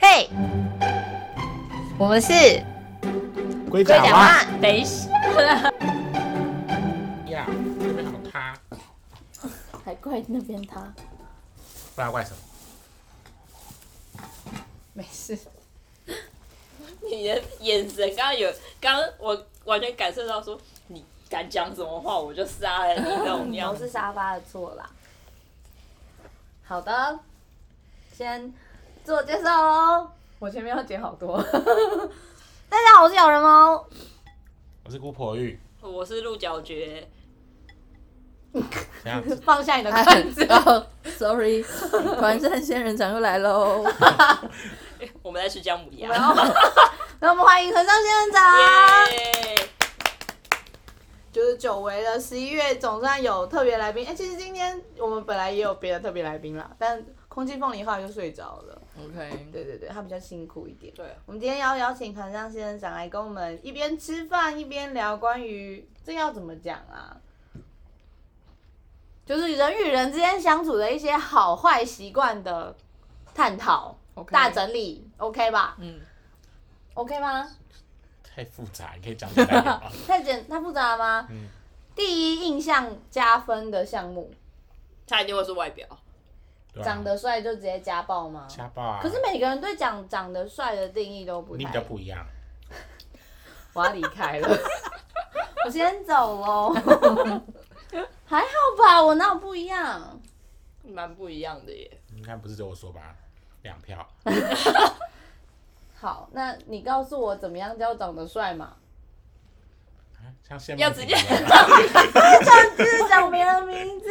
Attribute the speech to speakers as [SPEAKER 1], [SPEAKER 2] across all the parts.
[SPEAKER 1] 对，我们是
[SPEAKER 2] 龟
[SPEAKER 1] 龟
[SPEAKER 2] 甲
[SPEAKER 1] 甲
[SPEAKER 2] 蛙
[SPEAKER 1] 蛙。
[SPEAKER 3] 等一下，
[SPEAKER 2] 呀，这边好塌，
[SPEAKER 4] 还怪那边他。
[SPEAKER 2] 不然怪什么？
[SPEAKER 1] 没事，
[SPEAKER 3] 你的眼神刚刚有，刚刚我完全感受到说你敢讲什么话，我就杀了你那种
[SPEAKER 4] 我
[SPEAKER 3] 样
[SPEAKER 4] 是
[SPEAKER 3] 子。
[SPEAKER 4] 沙发的错啦。好的，先自我介绍喽。我前面要剪好多。 大家好，我是小人哦猫。
[SPEAKER 2] 我是姑婆玉，
[SPEAKER 3] 我是鹿角蕨，
[SPEAKER 2] 怎样？这
[SPEAKER 4] 放下你的
[SPEAKER 5] 哎
[SPEAKER 4] 筷 子。
[SPEAKER 6] 哎
[SPEAKER 4] 哦 Sorry，团战仙人掌又来喽。
[SPEAKER 3] 我们在吃姜母鸭。
[SPEAKER 4] 然后， 那我们欢迎和尚仙人掌。
[SPEAKER 3] 耶！
[SPEAKER 5] 就是久违了，十一月总算有特别来宾。哎、其实今天我们本来也有别的特别来宾啦，但空气凤梨后来就睡着了。
[SPEAKER 3] OK，
[SPEAKER 5] 对对对，他比较辛苦一点。
[SPEAKER 3] 对，啊
[SPEAKER 5] 我们今天要邀请团上先生长来跟我们一边吃饭一边聊关于这要怎么讲啊？就是人与人之间相处的一些好坏习惯的探讨
[SPEAKER 3] OK
[SPEAKER 5] 大整理，OK 吧
[SPEAKER 3] 嗯，
[SPEAKER 5] ？OK 吗？
[SPEAKER 2] 太复杂，你可以讲简单一 点吗？
[SPEAKER 5] 太简太复杂了吗？
[SPEAKER 2] 嗯
[SPEAKER 5] 第一印象加分的项目，
[SPEAKER 3] 他一定会说外表。
[SPEAKER 2] 对啊
[SPEAKER 5] 长得帅就直接家暴吗？
[SPEAKER 2] 家暴啊？
[SPEAKER 5] 可是每个人对长长得帅的定义都不
[SPEAKER 2] 你比
[SPEAKER 5] 太
[SPEAKER 2] 较，不一样，
[SPEAKER 5] 我要离开了，我先走喽。 还好吧，我哪有不一样？
[SPEAKER 2] 嗯
[SPEAKER 3] 蛮不一样的耶，
[SPEAKER 2] 应该不是对我说吧？两票，
[SPEAKER 5] 好，那你告诉我怎么样叫长得帅嘛？
[SPEAKER 2] 啊像羡慕
[SPEAKER 3] 要直接
[SPEAKER 5] 是讲别人名字，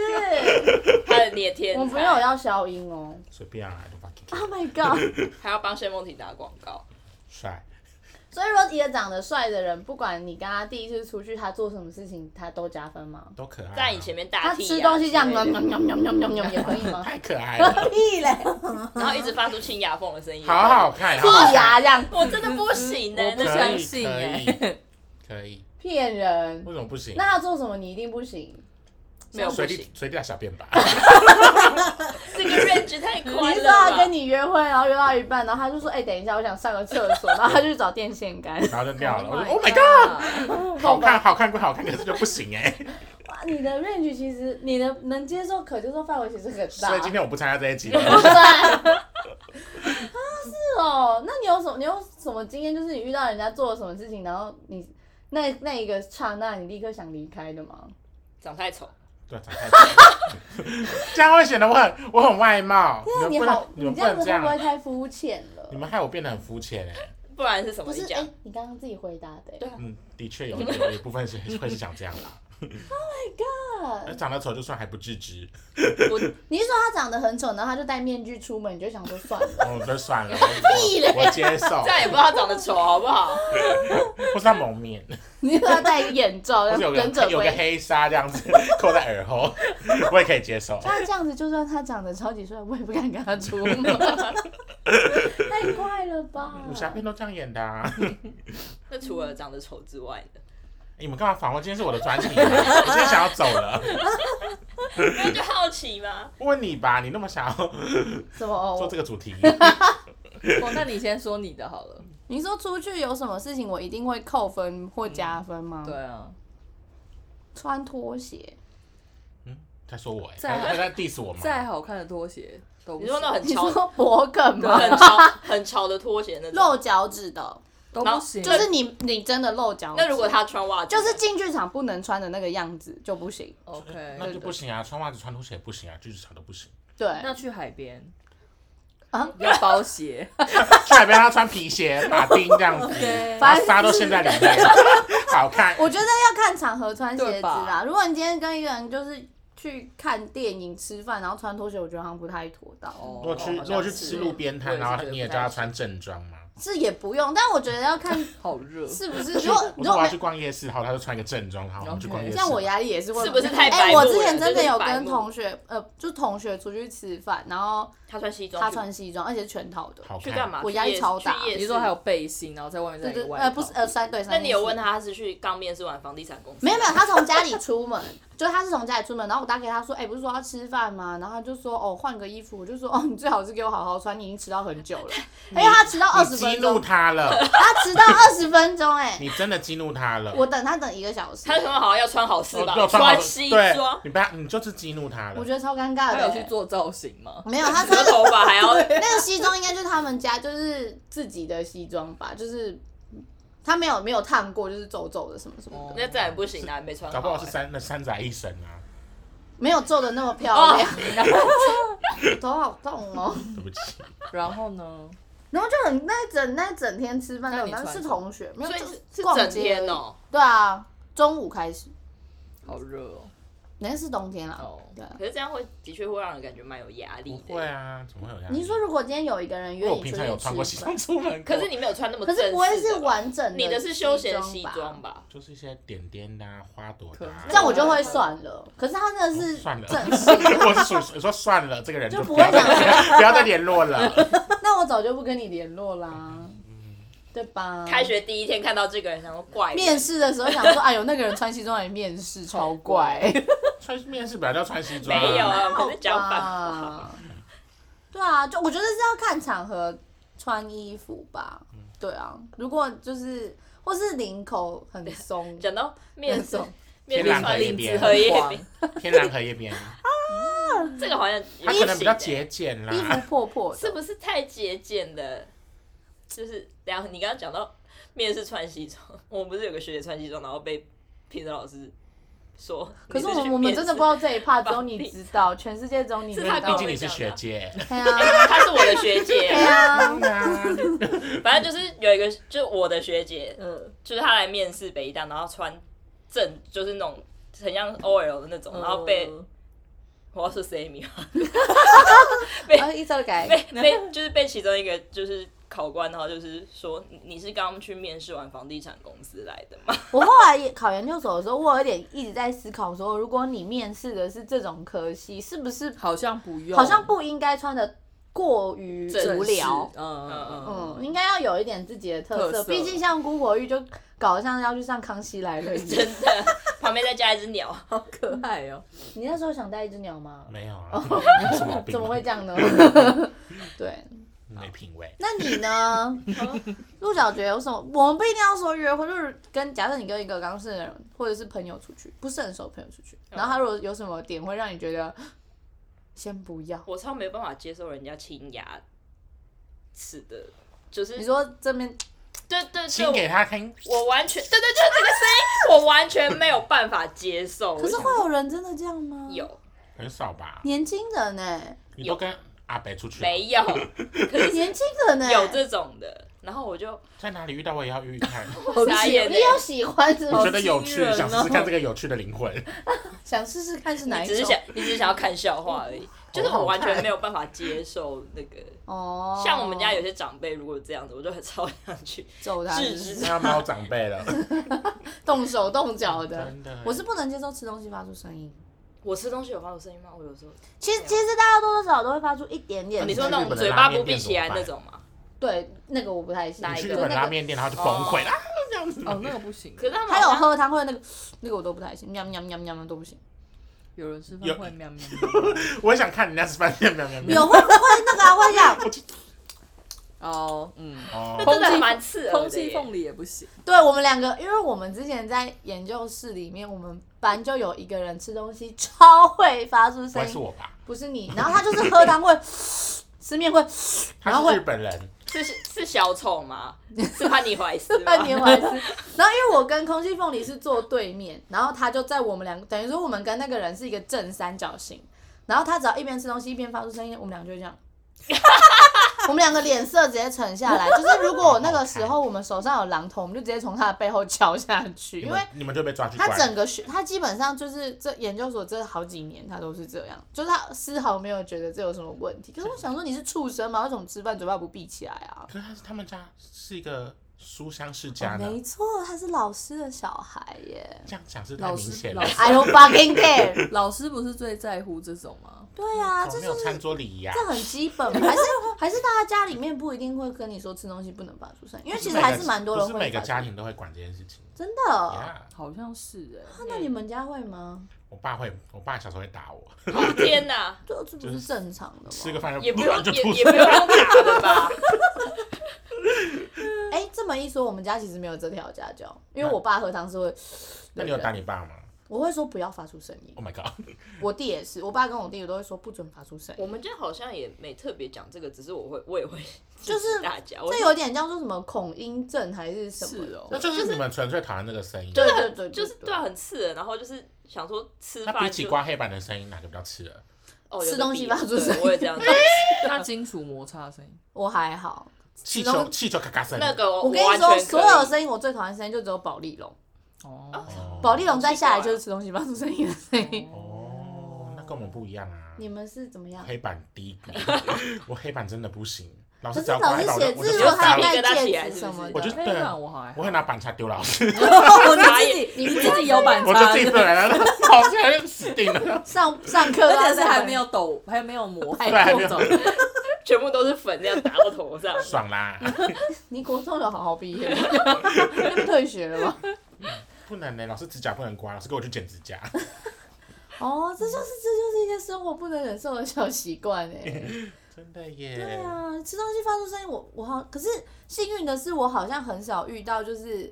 [SPEAKER 3] 他的裂天
[SPEAKER 5] 嗯
[SPEAKER 3] 才，
[SPEAKER 5] 我没有要消音哦。
[SPEAKER 2] 随便啊，就把
[SPEAKER 5] Oh my god！
[SPEAKER 3] 还要帮谢梦婷打广告，
[SPEAKER 2] 帅，
[SPEAKER 5] 所以说，一个长得帅的人，不管你跟他第一次出去，他做什么事情，他都加分吗？
[SPEAKER 2] 都可爱啊。
[SPEAKER 3] 在你前面大
[SPEAKER 5] 他
[SPEAKER 3] 替、啊，
[SPEAKER 5] 吃东西这样，喵
[SPEAKER 3] 之类
[SPEAKER 5] 喵
[SPEAKER 3] 的
[SPEAKER 5] 喵喵喵喵喵也可以 吗？
[SPEAKER 2] 太可爱了，
[SPEAKER 5] 屁嘞，
[SPEAKER 3] 然后一直发出清牙缝的声音，
[SPEAKER 2] 好好 看，好好
[SPEAKER 5] 屁
[SPEAKER 2] 看
[SPEAKER 5] 牙这样
[SPEAKER 3] 啊我真的不行呢、欸
[SPEAKER 2] 可
[SPEAKER 3] 那
[SPEAKER 2] 以
[SPEAKER 3] 相信
[SPEAKER 2] 可
[SPEAKER 3] 哎、
[SPEAKER 2] 以 可以，
[SPEAKER 5] 骗人。
[SPEAKER 2] 为什么不行？
[SPEAKER 5] 那他做什么你一定不行？
[SPEAKER 3] 没有不
[SPEAKER 2] 随
[SPEAKER 3] 行
[SPEAKER 2] 地，随地大小便 吧，
[SPEAKER 3] 这个 range 太
[SPEAKER 5] 你
[SPEAKER 3] 宽
[SPEAKER 5] 是
[SPEAKER 3] 了
[SPEAKER 5] 说他
[SPEAKER 3] 吧
[SPEAKER 5] 跟？你约会，然后约到一半，然后他就说：“哎、等一下，我想上个厕所。”然后他就去找电线杆。
[SPEAKER 2] 然后就尿了。我就 Oh my god！
[SPEAKER 3] god！
[SPEAKER 2] 好看，好看归好看，可是就不 行哎。
[SPEAKER 5] 哇，你的 range 其实你的能接受可接受范围其实很
[SPEAKER 2] 所
[SPEAKER 5] 大
[SPEAKER 2] 以。今天我不参加这一集
[SPEAKER 5] 不
[SPEAKER 2] 了。
[SPEAKER 5] 对啊，是哦。那你有什么？你有什么经验？就是你遇到人家做了什么事情，然后你那那一个刹那，你立刻想离开的吗？
[SPEAKER 3] 长太丑，
[SPEAKER 2] 对，长太丑 这样会显得我很我很外貌。
[SPEAKER 5] 那啊你
[SPEAKER 2] 你们不能
[SPEAKER 5] 好，，
[SPEAKER 2] 你
[SPEAKER 5] 你
[SPEAKER 2] 们不
[SPEAKER 5] 这样
[SPEAKER 2] 能
[SPEAKER 5] 子
[SPEAKER 2] 这
[SPEAKER 5] 会不会
[SPEAKER 2] 样，啊
[SPEAKER 5] 太肤浅了
[SPEAKER 2] 你？们害我变得很肤浅哎。
[SPEAKER 3] 不然是什么？
[SPEAKER 5] 不是
[SPEAKER 3] 你，
[SPEAKER 5] 哎、
[SPEAKER 3] 讲，
[SPEAKER 5] 你刚刚自己回答的、欸
[SPEAKER 3] 对
[SPEAKER 2] 嗯，的 确有有一部分是会是想这样啦。
[SPEAKER 5] 啊
[SPEAKER 2] 哎长得丑就算还不自 知，
[SPEAKER 3] 我
[SPEAKER 5] 你是说他长得很丑，然后他就戴面具出门，你就想说算了。
[SPEAKER 2] 哦我就算了，我我我接受
[SPEAKER 3] 这。样也不知道长得丑好不 好？
[SPEAKER 2] 或是他蒙面，
[SPEAKER 5] 你说他戴眼罩，
[SPEAKER 2] 或
[SPEAKER 5] 然
[SPEAKER 2] 是
[SPEAKER 5] 后
[SPEAKER 2] 有
[SPEAKER 5] 呃忍
[SPEAKER 2] 个
[SPEAKER 5] 者
[SPEAKER 2] 有个
[SPEAKER 5] 龟。
[SPEAKER 2] 黑纱这 样子扣在耳后，我也可以接受。哎
[SPEAKER 5] 那这样子，就算他长得超级帅，我也不敢跟他出 门。太快了吧！
[SPEAKER 2] 武侠片都这样演的啊。
[SPEAKER 3] 那除了长得丑之外呢？
[SPEAKER 2] 你们干嘛访问？今天是我的专题啊，我今天想要走 了。
[SPEAKER 3] 那就好奇嘛。
[SPEAKER 2] 问你吧，你那么想要
[SPEAKER 5] 什么？
[SPEAKER 2] 做这个主 题，
[SPEAKER 6] 哦，那你先说你的好了。
[SPEAKER 5] 你说出去有什么事情，我一定会扣分或加分吗？
[SPEAKER 3] 嗯
[SPEAKER 6] 对，啊，
[SPEAKER 5] 穿拖鞋。
[SPEAKER 2] 他说我哎、
[SPEAKER 6] 再
[SPEAKER 2] 他在 diss 我吗？
[SPEAKER 6] 再好看的拖鞋都不
[SPEAKER 3] 你说那种
[SPEAKER 6] 行，
[SPEAKER 3] 很
[SPEAKER 5] 你
[SPEAKER 3] 潮、
[SPEAKER 5] 说脖梗吗？
[SPEAKER 3] 很 潮、很潮的拖鞋那种。
[SPEAKER 5] 露脚趾的，
[SPEAKER 6] 都
[SPEAKER 3] 然
[SPEAKER 6] 不
[SPEAKER 3] 后
[SPEAKER 6] 行。
[SPEAKER 5] 就是你你真的露脚趾。
[SPEAKER 3] 那如果他穿袜子
[SPEAKER 5] 就
[SPEAKER 3] 呢，
[SPEAKER 5] 是进剧场不能穿的那个样子就不行。
[SPEAKER 6] OK，
[SPEAKER 2] 那就不行啊，穿袜子、穿拖鞋也不行啊，就是长都不行。
[SPEAKER 5] 对，
[SPEAKER 6] 那去海边
[SPEAKER 5] 啊
[SPEAKER 6] 要包 鞋，
[SPEAKER 2] 去海边他穿皮鞋、马丁 这样子，把沙都陷在里面，好看。
[SPEAKER 5] 我觉得要看场合穿鞋
[SPEAKER 6] 对
[SPEAKER 5] 子
[SPEAKER 6] 吧
[SPEAKER 5] 啦。如果你今天跟一个人就是去看电影、吃饭，然后穿拖鞋，我觉得好像不太妥当。
[SPEAKER 6] 哦
[SPEAKER 2] 如果去
[SPEAKER 6] 好像
[SPEAKER 2] 如果去
[SPEAKER 6] 是
[SPEAKER 2] 吃路边
[SPEAKER 3] 我
[SPEAKER 2] 摊，
[SPEAKER 3] 也是
[SPEAKER 2] 然后
[SPEAKER 3] 觉得
[SPEAKER 2] 你也
[SPEAKER 3] 不
[SPEAKER 2] 叫他
[SPEAKER 3] 太
[SPEAKER 2] 穿正装吗？
[SPEAKER 5] 是也不用，但我觉得要看
[SPEAKER 6] 好热，
[SPEAKER 5] 是不是。 如果
[SPEAKER 2] 我
[SPEAKER 5] 如
[SPEAKER 2] 说
[SPEAKER 5] 果
[SPEAKER 2] 我要
[SPEAKER 5] 没
[SPEAKER 2] 去逛夜市，好，他就穿一个正装，好，我们去逛夜市。
[SPEAKER 5] 像我压力也是会，
[SPEAKER 3] 是不是太白
[SPEAKER 5] 哎、
[SPEAKER 3] 目
[SPEAKER 5] 我
[SPEAKER 3] 了
[SPEAKER 5] 之前真的有
[SPEAKER 3] 这就是白
[SPEAKER 5] 跟
[SPEAKER 3] 目
[SPEAKER 5] 同学，呃，就同学出去吃饭，然后
[SPEAKER 3] 他穿西装去，
[SPEAKER 5] 他穿西装，而且是全套的。
[SPEAKER 2] 好
[SPEAKER 3] 去
[SPEAKER 2] 看
[SPEAKER 3] 干嘛？
[SPEAKER 5] 我
[SPEAKER 3] 去
[SPEAKER 5] 压力
[SPEAKER 3] 夜
[SPEAKER 5] 超大
[SPEAKER 3] 去夜市
[SPEAKER 6] 你说还有背心，然后在外面再
[SPEAKER 5] 对
[SPEAKER 6] 一个
[SPEAKER 5] 对，
[SPEAKER 6] 外
[SPEAKER 5] 呃，
[SPEAKER 6] 套，
[SPEAKER 5] 不是，呃，三对三。
[SPEAKER 3] 那你有问？他是去刚面试完房地产公司？
[SPEAKER 5] 没有没有，他从家里出门， 就他是从家里出门，然后我打给他说，哎、不是说要吃饭吗？然后他就说，哦，换个衣服。我就说，哦，你最好是给我好好穿，你已经迟到很久了。哎因为他迟到二
[SPEAKER 2] 你
[SPEAKER 5] 十
[SPEAKER 2] 激
[SPEAKER 5] 分
[SPEAKER 2] 怒
[SPEAKER 5] 钟，
[SPEAKER 2] 他 了，
[SPEAKER 5] 他迟到二十分钟、哎，
[SPEAKER 2] 你真的激怒他了。哦
[SPEAKER 5] 我等他等一个小时
[SPEAKER 3] 他，很好要穿好事吧
[SPEAKER 2] 我我，
[SPEAKER 3] 穿西
[SPEAKER 2] 对
[SPEAKER 3] 装，，
[SPEAKER 2] 你不要，你就是激怒他了。
[SPEAKER 5] 我觉得超尴尬
[SPEAKER 6] 他
[SPEAKER 5] 的、
[SPEAKER 6] 有
[SPEAKER 5] 哎
[SPEAKER 6] 去做造型吗？
[SPEAKER 5] 没有，他
[SPEAKER 3] 折
[SPEAKER 5] 穿的
[SPEAKER 3] 头发还要
[SPEAKER 5] 那个西装应该就是他们家就是自己的西装吧，就是他没有没有烫过，就是皱皱的什么什么的，
[SPEAKER 3] 那这样也不行啊，没穿好
[SPEAKER 2] 搞
[SPEAKER 3] 欸。
[SPEAKER 2] 不好是三那三宅一生啊，
[SPEAKER 5] 没有皱的那么漂
[SPEAKER 3] 哦
[SPEAKER 5] 亮。 头好痛哦，
[SPEAKER 2] 对不起。
[SPEAKER 6] 然后呢？
[SPEAKER 5] 然后就很那一整那一整天吃饭
[SPEAKER 6] 那
[SPEAKER 5] 都
[SPEAKER 6] 你
[SPEAKER 5] 有，但
[SPEAKER 6] 穿
[SPEAKER 5] 是
[SPEAKER 6] 什么
[SPEAKER 5] 同学，没有
[SPEAKER 3] 所以
[SPEAKER 5] 就是
[SPEAKER 3] 是
[SPEAKER 5] 逛
[SPEAKER 3] 整
[SPEAKER 5] 街
[SPEAKER 3] 天
[SPEAKER 5] 而已。
[SPEAKER 3] 哦。
[SPEAKER 5] 对啊，中午开始，
[SPEAKER 6] 好热哦。
[SPEAKER 5] 那是冬天啦。
[SPEAKER 6] 哦
[SPEAKER 5] 对
[SPEAKER 2] 嗯
[SPEAKER 5] 啊。
[SPEAKER 3] 可是这样会的确会让人感觉蛮有压力
[SPEAKER 2] 不
[SPEAKER 3] 的。
[SPEAKER 2] 会啊，怎么会有压力？
[SPEAKER 5] 你说如果今天有一个人
[SPEAKER 2] 因为
[SPEAKER 5] 约
[SPEAKER 2] 我
[SPEAKER 5] 你
[SPEAKER 2] 平
[SPEAKER 5] 出
[SPEAKER 2] 常有穿过
[SPEAKER 5] 去
[SPEAKER 2] 西
[SPEAKER 5] 吃饭，
[SPEAKER 2] 装出门过，
[SPEAKER 3] 可是你没有穿那么
[SPEAKER 5] 可
[SPEAKER 3] 正式
[SPEAKER 5] 是
[SPEAKER 3] 的
[SPEAKER 5] 不
[SPEAKER 3] 吧，
[SPEAKER 5] 会是完整
[SPEAKER 3] 你的
[SPEAKER 5] 的
[SPEAKER 3] 是休闲西
[SPEAKER 5] 吧
[SPEAKER 3] 装吧？
[SPEAKER 2] 就是一些点点的、啊、花朵的、啊
[SPEAKER 6] 可。
[SPEAKER 5] 这样我就会算了。可是他那个是
[SPEAKER 2] 哦算了
[SPEAKER 5] 正式，
[SPEAKER 2] 我是属于说算了，这个人
[SPEAKER 5] 就不
[SPEAKER 2] 不
[SPEAKER 5] 会
[SPEAKER 2] 要再
[SPEAKER 5] 想
[SPEAKER 2] 不要再联络了。
[SPEAKER 5] 那我早就不跟你联络啦，
[SPEAKER 2] 嗯
[SPEAKER 5] 对吧？
[SPEAKER 3] 开学第一天看到这个人，然后怪人
[SPEAKER 5] 面试的时候想说，哎呦，那个人穿西装来面试，超怪，
[SPEAKER 2] 穿面试本来就要穿西装、啊，
[SPEAKER 3] 没有啊，我们在讲反话。
[SPEAKER 5] 吧？对啊，就我觉得是要看场合穿衣服吧。对啊，如果就是或是领口很 松，
[SPEAKER 3] 讲到面试
[SPEAKER 5] 那 种，
[SPEAKER 3] 面
[SPEAKER 2] 天
[SPEAKER 3] 试
[SPEAKER 2] 然的
[SPEAKER 3] 穿
[SPEAKER 2] 一
[SPEAKER 3] 领
[SPEAKER 2] 边
[SPEAKER 3] 子荷叶
[SPEAKER 6] 黄
[SPEAKER 3] 边，
[SPEAKER 2] 天然荷叶边，
[SPEAKER 3] 这个好像
[SPEAKER 2] 他
[SPEAKER 3] 也
[SPEAKER 2] 可能比
[SPEAKER 3] 行
[SPEAKER 2] 较
[SPEAKER 3] 欸
[SPEAKER 2] 节俭
[SPEAKER 5] 衣服
[SPEAKER 2] 啦。
[SPEAKER 5] 破破
[SPEAKER 3] 是
[SPEAKER 5] 的，
[SPEAKER 3] 不是太节俭的？就是，然后你刚刚讲到面试穿西装，我们不是有个学姐穿西装，然后被评审老师说，
[SPEAKER 5] 可是我
[SPEAKER 3] 你去
[SPEAKER 5] 们我们
[SPEAKER 3] 面
[SPEAKER 5] 真的
[SPEAKER 3] 试
[SPEAKER 5] 不知，道这一趴，只有你知道，全世界只有你知
[SPEAKER 3] 是他
[SPEAKER 5] 道
[SPEAKER 2] 毕
[SPEAKER 3] 比。
[SPEAKER 2] 竟你是学姐，
[SPEAKER 5] 对
[SPEAKER 3] 因
[SPEAKER 5] 啊，
[SPEAKER 3] 为她是我的学姐，
[SPEAKER 5] 对 啊，
[SPEAKER 2] 对啊，
[SPEAKER 3] 反正就是有一个，就是我的学姐，
[SPEAKER 6] 嗯，
[SPEAKER 3] 就是她来面试北医大，然后穿正就是那种很像 OL 的那
[SPEAKER 5] 嗯
[SPEAKER 3] 种，然后被
[SPEAKER 5] 哦
[SPEAKER 3] 我要说 Sammy 吗
[SPEAKER 5] 啊，一招改，
[SPEAKER 3] 被被就是被其中一个就是考官，然后就是说你你是刚去面试完房地产公司来的吗？
[SPEAKER 5] 我后来也考研究所的时候，我有点一直在思考说，如果你面试的是这种科系，是不是
[SPEAKER 6] 好像不用，
[SPEAKER 5] 好像不应该穿的过于无聊
[SPEAKER 6] 正式？嗯嗯
[SPEAKER 5] 嗯，
[SPEAKER 6] 嗯，
[SPEAKER 5] 应该要有一点自己的特
[SPEAKER 6] 特
[SPEAKER 5] 色。
[SPEAKER 6] 色
[SPEAKER 5] 毕竟像姑婆玉就搞得像要去上康熙来了一样
[SPEAKER 3] 真。的，旁边再加一 只鸟，
[SPEAKER 6] 好可爱哦。
[SPEAKER 5] 你那时候想带一只鸟吗？
[SPEAKER 2] 没有啊，有什么病？
[SPEAKER 5] 哦怎么会这？ 样呢？对，
[SPEAKER 2] 没品味。
[SPEAKER 5] 那你呢？ 陆小觉有什么？我们不一定要说约会，就是跟假设你跟一个刚认识的人或者是朋友出去，不是很熟的朋友出去，然后他如果有什么点会让你觉得先不要，
[SPEAKER 3] 我超没办法接受人家亲牙齿的，就是
[SPEAKER 5] 你说这边
[SPEAKER 3] 对对
[SPEAKER 2] 亲给
[SPEAKER 3] 对，
[SPEAKER 2] 他听，
[SPEAKER 3] 我我完全对对对，这个声音我完全没有办法接受。
[SPEAKER 5] 可是会有人真的这样吗？
[SPEAKER 3] 有
[SPEAKER 2] 很少吧？
[SPEAKER 5] 年轻人呢、欸
[SPEAKER 2] 你都跟阿北出去，
[SPEAKER 3] 没 有
[SPEAKER 5] 年轻人欸呢、
[SPEAKER 3] 有这种的？然后我就
[SPEAKER 2] 在哪里遇到我也要遇看。
[SPEAKER 5] 我
[SPEAKER 3] 傻眼
[SPEAKER 5] 你
[SPEAKER 3] 欸
[SPEAKER 5] 有喜欢是
[SPEAKER 2] 我
[SPEAKER 5] 吗
[SPEAKER 2] 觉？得有趣
[SPEAKER 6] 好惊人，哦
[SPEAKER 2] 想试试看这个有趣的灵 魂。
[SPEAKER 5] 想试试看是哪
[SPEAKER 3] 你
[SPEAKER 5] 一
[SPEAKER 3] 只是
[SPEAKER 5] 种？
[SPEAKER 3] 想你只是想要看笑话 而已，就是我完全没有办法接受那个。
[SPEAKER 5] 欸哦，
[SPEAKER 3] 像我们家有些长辈如果这样子，我就很 超想去
[SPEAKER 5] 揍他是不
[SPEAKER 3] 制
[SPEAKER 5] 是，
[SPEAKER 3] 止
[SPEAKER 2] 那要猫长辈了，
[SPEAKER 5] 动手动脚的
[SPEAKER 2] 真。的。
[SPEAKER 5] 我是不能接受吃东西发出声音。
[SPEAKER 3] 我吃东西有发出声音吗？我有时候，
[SPEAKER 5] 其实其实大家多多少少都会发出一点点
[SPEAKER 3] 哦
[SPEAKER 5] 声音。
[SPEAKER 3] 你说那种嘴巴不闭起来那种吗？
[SPEAKER 5] 对，那个我不太行。
[SPEAKER 3] 哪
[SPEAKER 2] 你
[SPEAKER 3] 一
[SPEAKER 2] 去
[SPEAKER 3] 个
[SPEAKER 2] 日
[SPEAKER 5] 就
[SPEAKER 2] 本
[SPEAKER 5] 那
[SPEAKER 2] 拉
[SPEAKER 5] 个哦
[SPEAKER 2] 面店，然后就崩溃了， 这样子。
[SPEAKER 5] 嗯
[SPEAKER 6] 哦，那个不 行。
[SPEAKER 3] 可是他们
[SPEAKER 5] 还有
[SPEAKER 3] 好像
[SPEAKER 5] 喝汤会那个，那个我都不太行，喵喵喵喵喵都不行。
[SPEAKER 6] 有人吃
[SPEAKER 2] 有
[SPEAKER 6] 饭会喵喵喵。
[SPEAKER 2] 我也想看人家吃饭，喵喵喵
[SPEAKER 5] 有
[SPEAKER 2] 喵。
[SPEAKER 5] 会会那个啊会这样，
[SPEAKER 6] 哦， 嗯，
[SPEAKER 2] 哦，
[SPEAKER 3] 真的蛮刺耳的耶
[SPEAKER 6] 空气缝里也不行。
[SPEAKER 5] 对我们两个，因为我们之前在研究室里面，我们班就有一个人吃东西超会发出
[SPEAKER 2] 不会
[SPEAKER 5] 声
[SPEAKER 2] 是
[SPEAKER 5] 音，
[SPEAKER 2] 我吧？
[SPEAKER 5] 不是你，然后他就是喝汤会， 吃面会，然后
[SPEAKER 2] 他是
[SPEAKER 5] 会
[SPEAKER 2] 日本人，
[SPEAKER 3] 是是小丑吗？ 是潘尼怀斯吗？
[SPEAKER 5] 半年怀斯。 然后因为我跟空气凤梨是坐对面，然后他就在我们两个，等于说我们跟那个人是一个正三角形。然后他只要一边吃东西一边发出声音，我们俩就会这 样。我们两个脸色直接沉下来，就是如果我那个时候我们手上有榔头，我们就直接从他的背后敲下去，
[SPEAKER 2] 你
[SPEAKER 5] 因为
[SPEAKER 2] 们你们就被抓去
[SPEAKER 5] 他
[SPEAKER 2] 关。
[SPEAKER 5] 整个学，他基本上就是这研究所这好几年，他都是这样，就是他丝毫没有觉得这有什么问题。可是我想说，你是畜生吗？为什么吃饭嘴巴不闭起来啊？
[SPEAKER 2] 可是他是他们家是一个书香世家呢
[SPEAKER 5] 没，错，他是老师的小孩耶。
[SPEAKER 2] 这样讲是太
[SPEAKER 6] 老
[SPEAKER 2] 明
[SPEAKER 6] 师
[SPEAKER 2] 显了
[SPEAKER 6] 老。师
[SPEAKER 5] I don't fucking care。
[SPEAKER 6] 老师不是最在乎这种吗？
[SPEAKER 5] 对啊，
[SPEAKER 2] 怎
[SPEAKER 5] 这
[SPEAKER 2] 哦么没有
[SPEAKER 5] 就是
[SPEAKER 2] 餐桌礼仪啊？
[SPEAKER 5] 这很基本， 还是还是大家家里面不一定会跟你说吃东西不能发出声音，因为其实还是蛮多人
[SPEAKER 2] 不
[SPEAKER 5] 会哦
[SPEAKER 2] 是每个
[SPEAKER 5] 发出
[SPEAKER 2] 家庭都会管这件事情。
[SPEAKER 5] 真的。啊
[SPEAKER 2] 呀，
[SPEAKER 6] 好像是哎、
[SPEAKER 2] 嗯
[SPEAKER 5] 那你们家会吗？
[SPEAKER 2] 我爸会，我爸小时候会打我，
[SPEAKER 5] 哦
[SPEAKER 3] 天哪，
[SPEAKER 5] 这这不
[SPEAKER 2] 就是
[SPEAKER 5] 是正常的
[SPEAKER 2] 吃
[SPEAKER 5] 吗？
[SPEAKER 2] 个饭就
[SPEAKER 3] 也不
[SPEAKER 2] 然
[SPEAKER 3] 用
[SPEAKER 2] 就
[SPEAKER 3] 也
[SPEAKER 2] 吐
[SPEAKER 3] 也
[SPEAKER 2] 出
[SPEAKER 3] 不
[SPEAKER 2] 来
[SPEAKER 3] 用用打 的吧？
[SPEAKER 5] 哎、这么一说，我们家其实没有这条家教，因为
[SPEAKER 2] 那
[SPEAKER 5] 我爸喝汤是会，
[SPEAKER 2] 那你有打你爸吗
[SPEAKER 5] 我会说不要发出声音。
[SPEAKER 2] ？Oh my god！
[SPEAKER 5] 我弟也是，我爸跟我弟都会说不准发出声音。
[SPEAKER 3] 我们家好像也没特别讲这个，只是我会我也会
[SPEAKER 5] 就是
[SPEAKER 3] 大家，我
[SPEAKER 5] 这有点像说什么恐音症还是 什么？
[SPEAKER 6] 是哦
[SPEAKER 2] 那哦就是你们纯粹讨厌那个声音。
[SPEAKER 5] 对
[SPEAKER 3] 很
[SPEAKER 5] 对对，
[SPEAKER 3] 就是对啊，很刺耳，然后就是想说吃
[SPEAKER 2] 那
[SPEAKER 3] 饭
[SPEAKER 2] 比起
[SPEAKER 3] 就
[SPEAKER 2] 刮黑板的声音，哪个比较刺耳？
[SPEAKER 3] 哦
[SPEAKER 5] 吃
[SPEAKER 3] 有的
[SPEAKER 5] 东西
[SPEAKER 3] 比
[SPEAKER 5] 发出
[SPEAKER 3] 对
[SPEAKER 5] 声音
[SPEAKER 3] 我 也这样子。
[SPEAKER 6] 那金属摩擦的声音，
[SPEAKER 5] 我还好。
[SPEAKER 2] 气球气球咔咔声。
[SPEAKER 3] 那个哦我
[SPEAKER 5] 我跟
[SPEAKER 3] 完
[SPEAKER 5] 你
[SPEAKER 3] 全
[SPEAKER 5] 说
[SPEAKER 3] 可，以
[SPEAKER 5] 所有声音我最讨厌声音就只有保利龙，
[SPEAKER 6] 哦，
[SPEAKER 2] 哦
[SPEAKER 5] 保利龙再下来就是吃东西发出声音的声音。
[SPEAKER 2] 哦，那跟我们不一样啊。
[SPEAKER 5] 你们是怎么样？
[SPEAKER 2] 黑板低 估，我黑板真的不行。老
[SPEAKER 5] 可
[SPEAKER 2] 师
[SPEAKER 5] 是
[SPEAKER 2] 只要刮
[SPEAKER 5] 老师
[SPEAKER 2] 黑
[SPEAKER 5] 写
[SPEAKER 2] 板，我就
[SPEAKER 5] 字，如
[SPEAKER 2] 我
[SPEAKER 5] 果
[SPEAKER 2] 就
[SPEAKER 5] 他
[SPEAKER 2] 打
[SPEAKER 5] 盖
[SPEAKER 3] 我就打
[SPEAKER 5] 戒指什么的，
[SPEAKER 2] 我就
[SPEAKER 6] 黑
[SPEAKER 2] 对
[SPEAKER 6] 板我还好
[SPEAKER 2] 我会拿板擦丢 老师，
[SPEAKER 6] 你自己你自己有板擦，
[SPEAKER 2] 我就自己对来了，老师还是死定了。
[SPEAKER 5] 上上课都要
[SPEAKER 6] 而且是
[SPEAKER 5] 在
[SPEAKER 6] 还
[SPEAKER 5] 玩
[SPEAKER 6] 没有抖，还没有磨，
[SPEAKER 5] 对
[SPEAKER 2] 还没有。
[SPEAKER 6] 走。
[SPEAKER 3] 全部都是粉这样打到 头上
[SPEAKER 2] 爽啦！
[SPEAKER 5] 你国中有好好毕业， 那不退学了吗？
[SPEAKER 2] 不能呢、老师指甲不能刮，老师给我去剪指 甲。
[SPEAKER 5] 哦，这就是这就是一些生活不能忍受的小习惯哎。
[SPEAKER 2] 真的耶！
[SPEAKER 5] 对啊，吃东西发出声音，我我好，可是幸运的是，我好像很少遇到就是。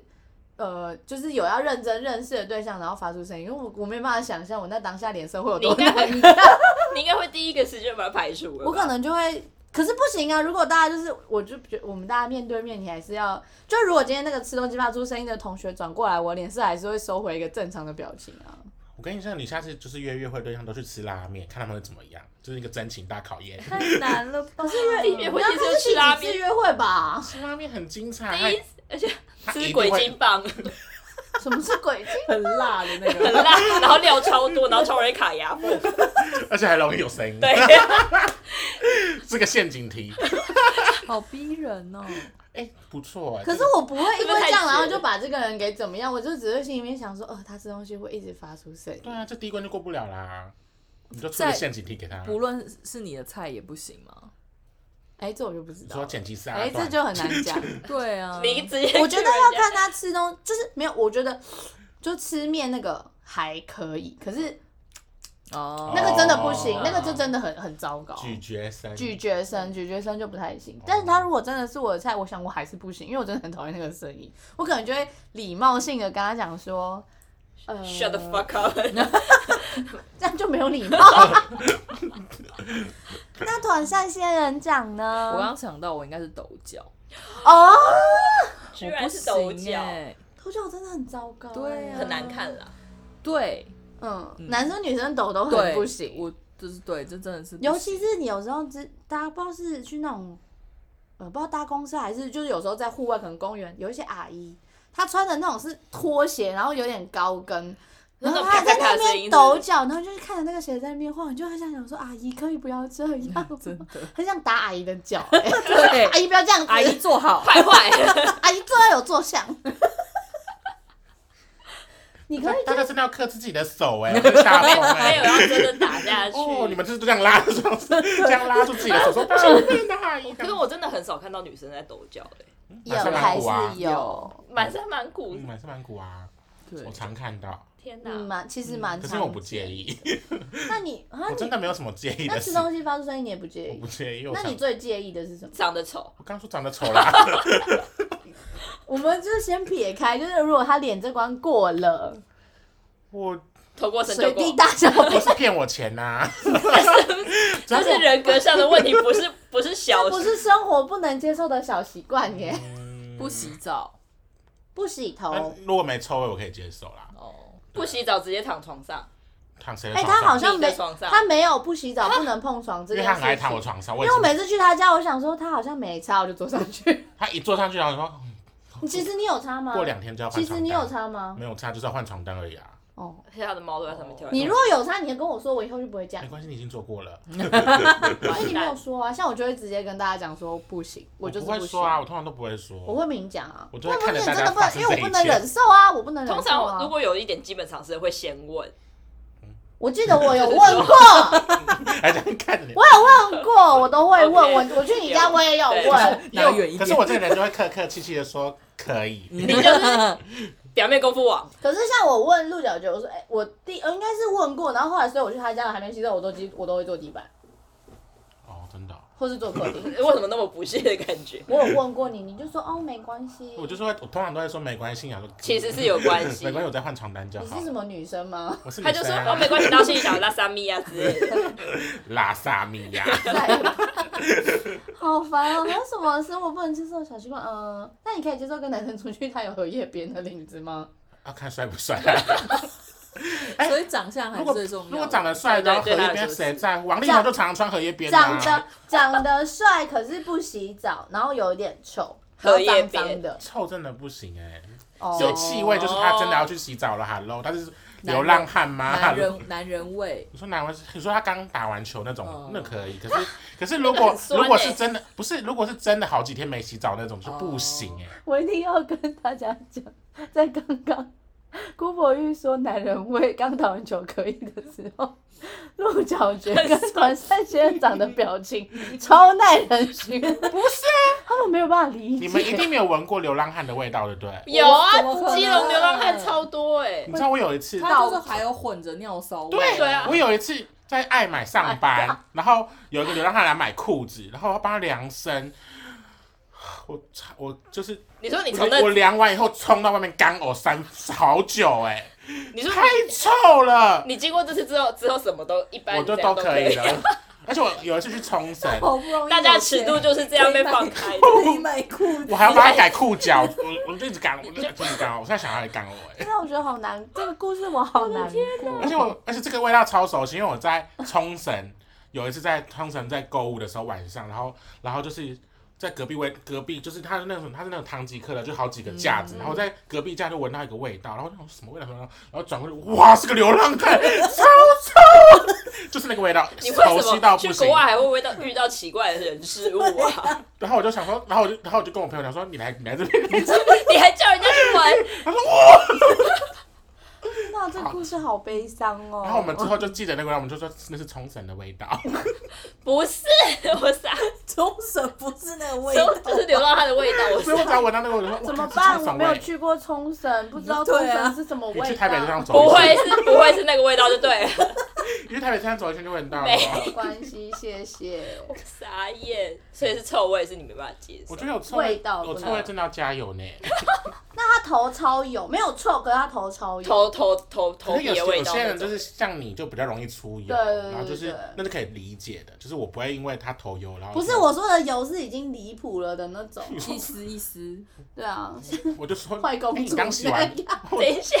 [SPEAKER 5] 呃，就是有要认真认识的对象，然后发出声音，因为我我没办法想象我那当下脸色会有
[SPEAKER 3] 你
[SPEAKER 5] 多
[SPEAKER 3] 应 该
[SPEAKER 5] 难
[SPEAKER 3] 会，你应该会第一个时间把它排除了吧。
[SPEAKER 5] 我可能就会，可是不行啊！如果大家就是，我就觉我们大家面对面，你还是要，就如果今天那个吃东西发出声音的同学转过来，我脸色还是会收回一个正常的表情啊。
[SPEAKER 2] 我跟你说，你下次就是约约会对象都去吃拉面，看他们会怎么样，就是一个真情大考 验。
[SPEAKER 4] 太难了吧？可是
[SPEAKER 3] 第一约会
[SPEAKER 5] 那
[SPEAKER 3] 其实
[SPEAKER 5] 这
[SPEAKER 3] 就是吃拉
[SPEAKER 5] 第几次
[SPEAKER 3] 面，
[SPEAKER 5] 约会吧？
[SPEAKER 2] 吃拉面很精彩，
[SPEAKER 3] 第一次而且
[SPEAKER 2] 他一
[SPEAKER 3] 吃
[SPEAKER 2] 定会
[SPEAKER 3] 鬼金棒
[SPEAKER 5] 什么是鬼精？
[SPEAKER 6] 很辣的那
[SPEAKER 3] 很
[SPEAKER 6] 个，
[SPEAKER 3] 辣，然后料超多，然后超容易卡牙缝。
[SPEAKER 2] 而且还容易有声音。
[SPEAKER 3] 对，
[SPEAKER 2] 是个陷阱题。
[SPEAKER 6] 好逼人哦。
[SPEAKER 2] 哎、不错哎、
[SPEAKER 5] 可是
[SPEAKER 2] 这个
[SPEAKER 5] 我不会因为这
[SPEAKER 3] 是不是太
[SPEAKER 5] 样，
[SPEAKER 3] 绝
[SPEAKER 5] 然后就把这个人给怎么样，我就只会心里面想说，哦，他吃东西会一直发出声音。
[SPEAKER 2] 对啊，这第一关就过不了啦。你就出个
[SPEAKER 6] 在
[SPEAKER 2] 陷阱题给他，
[SPEAKER 6] 不论是你的菜也不行吗？
[SPEAKER 5] 哎，这我就不知
[SPEAKER 2] 你
[SPEAKER 5] 道
[SPEAKER 2] 说
[SPEAKER 5] 了。
[SPEAKER 2] 剪辑师啊，
[SPEAKER 5] 哎，这就很难 讲。
[SPEAKER 6] 对啊，
[SPEAKER 3] 你直接
[SPEAKER 5] 嗯我觉得
[SPEAKER 3] 去人
[SPEAKER 5] 要
[SPEAKER 3] 家
[SPEAKER 5] 看他吃东，就是没有，我觉得就吃面那个还可以，可是
[SPEAKER 6] 哦，
[SPEAKER 5] 那个真的不行，
[SPEAKER 2] 哦
[SPEAKER 5] 那个就真的很很糟糕。
[SPEAKER 2] 咀嚼声，
[SPEAKER 5] 咀嚼声，咀嚼声就不太行。但是他如果真的是我的菜，我想我还是不行，因为我真的很讨厌那个声音。我可能就会礼貌性的跟他讲说，呃
[SPEAKER 3] shut the fuck up。
[SPEAKER 5] 这样就没有礼 貌。那团扇仙人掌呢？
[SPEAKER 6] 我刚想到，我应该是抖脚，
[SPEAKER 5] 哦，
[SPEAKER 3] 居然是抖脚，
[SPEAKER 6] 哎，
[SPEAKER 5] 头脚真的很糟糕，
[SPEAKER 6] 对啊
[SPEAKER 3] 很难。看 啦。
[SPEAKER 6] 对
[SPEAKER 5] 嗯，
[SPEAKER 6] 嗯
[SPEAKER 5] 男生女生抖都很
[SPEAKER 6] 对，
[SPEAKER 5] 不行，
[SPEAKER 6] 我就是对，这真的是不行，
[SPEAKER 5] 尤其是你有时候知，大家不知道是去那种，呃，不知道搭公车还是就是有时候在户外，可能公园有一些阿姨，她穿的那种是拖鞋，然后有点高跟，然后
[SPEAKER 3] 那种
[SPEAKER 5] 她还在
[SPEAKER 3] 啪啪
[SPEAKER 5] 那
[SPEAKER 3] 啪的声
[SPEAKER 5] 边
[SPEAKER 3] 音
[SPEAKER 5] 抖脚，然后就是看着那个鞋在那边晃，你就很想想说，阿姨可以不要这样吗，
[SPEAKER 6] 真的
[SPEAKER 5] 很想打阿姨的脚、欸
[SPEAKER 6] 对
[SPEAKER 5] 阿，姨不要这样子，
[SPEAKER 6] 阿姨 坐好，
[SPEAKER 3] 坏坏，
[SPEAKER 5] 阿姨坐要有坐相。 你可以
[SPEAKER 2] 大家真的要克制自己的 手哎、我真的吓
[SPEAKER 3] 没有
[SPEAKER 2] 疯
[SPEAKER 3] 没
[SPEAKER 2] 哎
[SPEAKER 3] 有。要真的打下去。
[SPEAKER 2] 哦，你们就是这样拉着手， 这样拉住自己的手，说不行，变得阿姨。
[SPEAKER 3] 可是我真的很少看到女生在抖脚的，
[SPEAKER 5] 有
[SPEAKER 2] 马上
[SPEAKER 5] 还
[SPEAKER 2] 蛮古啊
[SPEAKER 5] 是，有，
[SPEAKER 3] 满山满谷
[SPEAKER 2] 嗯，，满是蛮古啊，
[SPEAKER 6] 对
[SPEAKER 2] 我，常看到，
[SPEAKER 3] 天哪！
[SPEAKER 5] 嗯，蛮其实蛮。
[SPEAKER 2] 可是我不介。意，
[SPEAKER 5] 那你啊，
[SPEAKER 2] 我
[SPEAKER 5] 你
[SPEAKER 2] 真的没有什么介意
[SPEAKER 5] 那
[SPEAKER 2] 的
[SPEAKER 5] 吃
[SPEAKER 2] 事，
[SPEAKER 5] 东西发出声音你也不介
[SPEAKER 2] 我
[SPEAKER 5] 意
[SPEAKER 2] 不？介意。我
[SPEAKER 5] 那
[SPEAKER 2] 常
[SPEAKER 5] 你最介意的是什么？
[SPEAKER 3] 长得丑，
[SPEAKER 2] 我刚说长得丑啦，
[SPEAKER 5] 我们就是先撇开，就是如果他脸这关过了，
[SPEAKER 2] 我
[SPEAKER 3] 头过身就
[SPEAKER 5] 随
[SPEAKER 3] 过
[SPEAKER 5] 地，大小
[SPEAKER 2] 我
[SPEAKER 5] 便，
[SPEAKER 2] 是骗我钱 呐，
[SPEAKER 3] 这是人格上的问题，不是 不是小
[SPEAKER 5] 这不是生活不能接受的小习惯耶。
[SPEAKER 2] 嗯啊
[SPEAKER 6] 不。洗澡
[SPEAKER 5] 不洗
[SPEAKER 2] 但
[SPEAKER 5] 头，
[SPEAKER 2] 嗯如果没臭味，我可以接受啦。
[SPEAKER 6] 哦，
[SPEAKER 3] 不洗澡直接躺床上，
[SPEAKER 2] 躺谁的
[SPEAKER 5] 哎，
[SPEAKER 2] 床
[SPEAKER 5] 他好
[SPEAKER 2] 上？
[SPEAKER 5] 像没
[SPEAKER 3] 自己在床上
[SPEAKER 5] 他没有不洗澡不能碰床这
[SPEAKER 2] 因为
[SPEAKER 5] 件
[SPEAKER 2] 他
[SPEAKER 5] 事
[SPEAKER 2] 很爱躺我
[SPEAKER 5] 情。
[SPEAKER 2] 床上，我
[SPEAKER 5] 因
[SPEAKER 2] 也
[SPEAKER 5] 为我
[SPEAKER 2] 是。
[SPEAKER 5] 每次去他家，我想说他好像没擦，我就坐上去。
[SPEAKER 2] 他一坐上去，然后说
[SPEAKER 5] 其实你有擦吗？
[SPEAKER 2] 嗯过两天就要换
[SPEAKER 5] 其
[SPEAKER 2] 床
[SPEAKER 5] 实
[SPEAKER 2] 单。
[SPEAKER 5] 你有擦吗？
[SPEAKER 2] 没有差，就是要换床单而已啊。
[SPEAKER 5] 哦，
[SPEAKER 3] 而且他的毛都在上面跳来跳去。
[SPEAKER 5] 你如果有擦，你就跟我说，我以后就不会这样
[SPEAKER 2] 没。关系，你已经做过了。
[SPEAKER 5] 嗯
[SPEAKER 2] 嗯
[SPEAKER 5] 因为你没有说啊，像我就会直接跟大家讲说不行，
[SPEAKER 2] 我
[SPEAKER 5] 就是
[SPEAKER 2] 不会
[SPEAKER 5] 行
[SPEAKER 2] 说。啊，我通常都不会说。
[SPEAKER 5] 我会明讲啊，我
[SPEAKER 2] 我就会看着
[SPEAKER 5] 不能
[SPEAKER 2] 大家
[SPEAKER 5] 真的不
[SPEAKER 2] 发
[SPEAKER 5] 能，
[SPEAKER 2] 生
[SPEAKER 5] 因为
[SPEAKER 2] 这
[SPEAKER 5] 我
[SPEAKER 2] 一
[SPEAKER 5] 不能
[SPEAKER 2] 切
[SPEAKER 5] 忍受啊，我不能
[SPEAKER 3] 通
[SPEAKER 5] 忍受
[SPEAKER 3] 常如
[SPEAKER 5] 啊。
[SPEAKER 3] 果有一点基本常识会先问，
[SPEAKER 5] 我记得我有问过，
[SPEAKER 2] 还哎这样看着你。
[SPEAKER 5] 我有问过，我都会问。
[SPEAKER 3] OK，
[SPEAKER 5] 我我去你家
[SPEAKER 3] 有
[SPEAKER 5] 我也有
[SPEAKER 3] 对
[SPEAKER 5] 问，
[SPEAKER 6] 拿远一
[SPEAKER 2] 嗯可
[SPEAKER 6] 点。
[SPEAKER 2] 是我这个人就会客客气气的说可以，
[SPEAKER 5] 嗯
[SPEAKER 3] 表面功夫网，
[SPEAKER 5] 可是像我问鹿角蕨，我说哎、我第呃应该是问过，然后后来所以我去他家的海绵洗手，我都基我都会做地板
[SPEAKER 2] 哦，真的哦、
[SPEAKER 5] 或是做客厅。
[SPEAKER 3] 为什么那么不屑的感觉？
[SPEAKER 5] 我有问过你，你就说哦没关系。
[SPEAKER 2] 我就说，我通常都会说没关系啊，说
[SPEAKER 3] 其实是有关 系
[SPEAKER 2] 没关系，我在换床单就
[SPEAKER 5] 你
[SPEAKER 2] 好
[SPEAKER 5] 是。什么女生吗？
[SPEAKER 2] 我是啊
[SPEAKER 3] 他就说哦，没
[SPEAKER 2] 系，
[SPEAKER 3] 关系，然后心里想拉萨米啊之类的。
[SPEAKER 2] 拉萨米 啊亚，
[SPEAKER 5] 好烦哦！还有什么生活不能接受的小习惯？嗯、呃，那你可以接受跟男生出去他有荷叶边的领子吗？
[SPEAKER 2] 要啊看帅不帅。
[SPEAKER 6] 所以长相还
[SPEAKER 2] 哎如
[SPEAKER 6] 是
[SPEAKER 2] 果
[SPEAKER 6] 最重要的。
[SPEAKER 2] 如果长得帅，然后荷叶边谁在乎？王力宏就常常穿荷叶边
[SPEAKER 5] 长
[SPEAKER 2] 啊
[SPEAKER 5] 得，长得帅，可是不洗澡，然后有一点臭，
[SPEAKER 3] 荷叶
[SPEAKER 5] 然后
[SPEAKER 3] 边
[SPEAKER 5] 脏脏的。
[SPEAKER 2] 臭真的不行哎，
[SPEAKER 5] 哦
[SPEAKER 2] 有气味就是他真的要去洗澡了，Hello，他是流浪汉吗
[SPEAKER 6] 男
[SPEAKER 2] ？Hello。
[SPEAKER 6] 人男人味，
[SPEAKER 2] 你说哪完？你说他刚打完球那种
[SPEAKER 6] 嗯，
[SPEAKER 2] 那可以。可是，可是如果
[SPEAKER 3] 很酸欸
[SPEAKER 2] 如果是真的，不是如果是真的好几天没洗澡那种，就不行哎。
[SPEAKER 5] 我一定要跟大家讲，在刚刚姑婆玉说男人味刚打完球可以的时候， 鹿角蕨跟团扇仙人掌的表 情超耐人寻味。不是、他们没有办法理
[SPEAKER 2] 你们一
[SPEAKER 5] 解。
[SPEAKER 2] 定没有闻过流浪汉的味道，对不对？
[SPEAKER 3] 有啊
[SPEAKER 6] 怎么可，能
[SPEAKER 3] 基隆流浪汉超多哎
[SPEAKER 2] 你，知道我有一次，
[SPEAKER 6] 他就是还有混着尿骚味。
[SPEAKER 2] 对
[SPEAKER 3] 对啊
[SPEAKER 2] 我有一次在爱买上班， 然后有一个流浪汉来买裤子，然后我帮他量身， 我差我就是
[SPEAKER 3] 你哎说你从那
[SPEAKER 2] 我，我量完以后冲到外面干呕三好久哎、
[SPEAKER 3] 你说
[SPEAKER 2] 太臭了，
[SPEAKER 3] 你经过这次之后，之后什么都一般
[SPEAKER 2] 我就
[SPEAKER 3] 这样
[SPEAKER 2] 都
[SPEAKER 3] 都
[SPEAKER 2] 可以。了。而且我有一次去冲 绳，
[SPEAKER 6] 好不容易
[SPEAKER 3] 大家尺度就是这样被 放开
[SPEAKER 2] 啊
[SPEAKER 3] 的。
[SPEAKER 6] 可以买裤子，
[SPEAKER 2] 我还要帮他改裤脚， 我我就一直干，我就一直干，我现在想要来干我哎、
[SPEAKER 5] 那我觉得好难，这个故事我好难过。
[SPEAKER 2] 而且我，而且这个味道超熟悉，因为我在冲绳有一次在冲绳在购物的时候晚上，然后然后就是在隔壁位隔壁就是他是那种他是那种唐吉诃德，就好几个架
[SPEAKER 3] 嗯
[SPEAKER 2] 子，然后在隔壁架就闻到一个味道，然后那种什么味道，然后然后转过去，哇，是个流浪汉， 超臭，啊 就是那个味道，
[SPEAKER 3] 你为
[SPEAKER 2] 熟
[SPEAKER 3] 什
[SPEAKER 2] 悉到
[SPEAKER 3] 么
[SPEAKER 2] 不
[SPEAKER 3] 去
[SPEAKER 2] 行
[SPEAKER 3] 国。外还会遇到遇到奇怪的人事物啊？
[SPEAKER 2] 然后我就想说，然后我就然后我就跟我朋友讲说，你来你来这 边，
[SPEAKER 3] 你还叫人家去玩？
[SPEAKER 5] 天哪，这故事好悲伤哦。
[SPEAKER 2] 然后我们之后就记得那个味道，我们就说那是冲绳的味 道。
[SPEAKER 3] 不是， 我傻，
[SPEAKER 6] 冲绳不是那个味道
[SPEAKER 3] 都，就是流浪汉的味道。我
[SPEAKER 2] 所以我
[SPEAKER 3] 傻
[SPEAKER 2] 只要闻到那个，我就说
[SPEAKER 5] 怎么
[SPEAKER 2] 哇这
[SPEAKER 5] 办？
[SPEAKER 2] 冲
[SPEAKER 5] 我
[SPEAKER 2] 绳
[SPEAKER 5] 没有
[SPEAKER 2] 味
[SPEAKER 5] 去过冲绳，不知道冲
[SPEAKER 6] 对啊
[SPEAKER 5] 绳是什么味
[SPEAKER 2] 你
[SPEAKER 5] 道。
[SPEAKER 2] 去台北就这样走一
[SPEAKER 3] 不
[SPEAKER 2] 圈，
[SPEAKER 3] 会是不会是那个味道就对了，
[SPEAKER 2] 因为台北车站走一圈就闻到了
[SPEAKER 3] 没。
[SPEAKER 5] 没关系，谢谢。
[SPEAKER 3] 傻眼。所以是臭味是你没办法接受
[SPEAKER 2] 我觉。得有臭
[SPEAKER 5] 味道
[SPEAKER 2] 有
[SPEAKER 5] 不
[SPEAKER 2] 臭味真的要加油呢。
[SPEAKER 5] 他头超油，没有臭，可是他头超油。
[SPEAKER 3] 头头头头
[SPEAKER 2] 可是
[SPEAKER 3] 皮
[SPEAKER 2] 有
[SPEAKER 3] 的
[SPEAKER 2] 些
[SPEAKER 3] 味
[SPEAKER 2] 有
[SPEAKER 3] 道
[SPEAKER 2] 些
[SPEAKER 3] 那
[SPEAKER 2] 人就
[SPEAKER 3] 种，
[SPEAKER 2] 是像你就比较容易出油，
[SPEAKER 5] 对对对
[SPEAKER 2] 然后就是
[SPEAKER 5] 对
[SPEAKER 2] 那是可以理解的，就是我不会因为他头油然后
[SPEAKER 5] 不是我说的油是已经离谱了的那种。
[SPEAKER 6] 一丝一丝，
[SPEAKER 5] 对啊，
[SPEAKER 2] 我就说
[SPEAKER 5] 坏公主
[SPEAKER 2] 哎你刚洗完
[SPEAKER 5] 那
[SPEAKER 3] 等一下，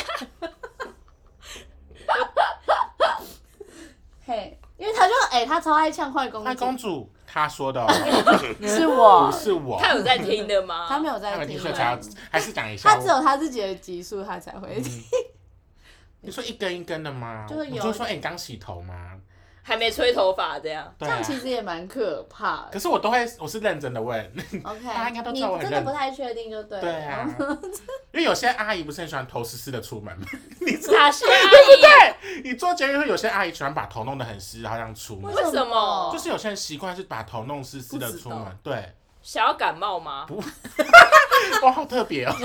[SPEAKER 5] 嘿，因为他就哎、他超爱呛坏公
[SPEAKER 2] 坏公
[SPEAKER 5] 主，
[SPEAKER 2] 主她 说的哦
[SPEAKER 5] 是我
[SPEAKER 2] 不，是我，
[SPEAKER 3] 他有在听的吗？
[SPEAKER 5] 他没有
[SPEAKER 2] 他
[SPEAKER 5] 在
[SPEAKER 2] 们听
[SPEAKER 5] 听
[SPEAKER 2] 说，才要还是讲一下
[SPEAKER 5] 他
[SPEAKER 2] 我，
[SPEAKER 5] 只有他自己的集数，他才会听。
[SPEAKER 2] 嗯你说一根一根的吗？
[SPEAKER 5] 就是有
[SPEAKER 2] 我就说哎你刚洗头吗？
[SPEAKER 3] 还没吹头发这 样。
[SPEAKER 2] 对
[SPEAKER 5] 这
[SPEAKER 2] 啊
[SPEAKER 5] 样。其实也蛮可怕
[SPEAKER 2] 可
[SPEAKER 5] 的。
[SPEAKER 2] 是我都会，我是认真的问， 大家应该
[SPEAKER 5] OK，
[SPEAKER 2] 都
[SPEAKER 5] 你
[SPEAKER 2] 知道我很
[SPEAKER 5] 真的
[SPEAKER 2] 认
[SPEAKER 5] 不太确定就对了。
[SPEAKER 2] 对啊， 因为有些阿姨不是很喜欢头湿湿的出门吗？
[SPEAKER 3] 哪些阿
[SPEAKER 2] 你做节日会有些阿姨喜欢把头弄得很湿，然后这样出门
[SPEAKER 3] 姨？。为什么
[SPEAKER 2] 就？是有些人习惯是把头弄湿湿的出
[SPEAKER 6] 不知
[SPEAKER 2] 门，对，
[SPEAKER 3] 想要感冒吗？
[SPEAKER 2] 哇，好特别哦！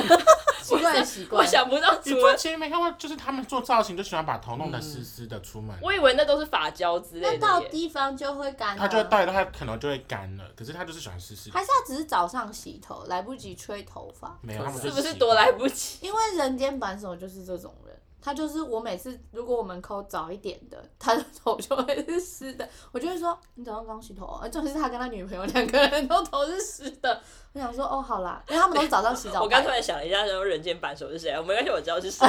[SPEAKER 5] 奇怪的习
[SPEAKER 3] 我
[SPEAKER 5] 惯。
[SPEAKER 3] 想不到，
[SPEAKER 2] 你
[SPEAKER 3] 除
[SPEAKER 2] 做
[SPEAKER 3] 了
[SPEAKER 2] 节没看过，就是他们做造型就喜欢把头弄得湿湿的出门，
[SPEAKER 3] 我以
[SPEAKER 5] 嗯
[SPEAKER 3] 为那都是发胶之
[SPEAKER 5] 那
[SPEAKER 3] 类
[SPEAKER 5] 到
[SPEAKER 3] 的耶。
[SPEAKER 5] 地方就会干、啊。
[SPEAKER 2] 他就会到一段他可能就会干了，可是他就是喜欢湿湿的
[SPEAKER 5] 还，是他只是早上洗头，来不及吹头发。
[SPEAKER 2] 没有他们就是
[SPEAKER 3] 不是
[SPEAKER 2] 习
[SPEAKER 3] 多
[SPEAKER 2] 惯
[SPEAKER 3] 来 不及？
[SPEAKER 5] 因为人间扳手就是这种人，他就是我每次如果我们抠早一点的，他的头就会是湿的， 我就会说你早上刚洗头、哦，呃就是他跟他女朋友两个人都头是湿的，我想说哦好啦，因为他们都是早上洗澡，
[SPEAKER 3] 我刚突然想了一下，然后人间扳手是谁？我没关系，我知 道是谁。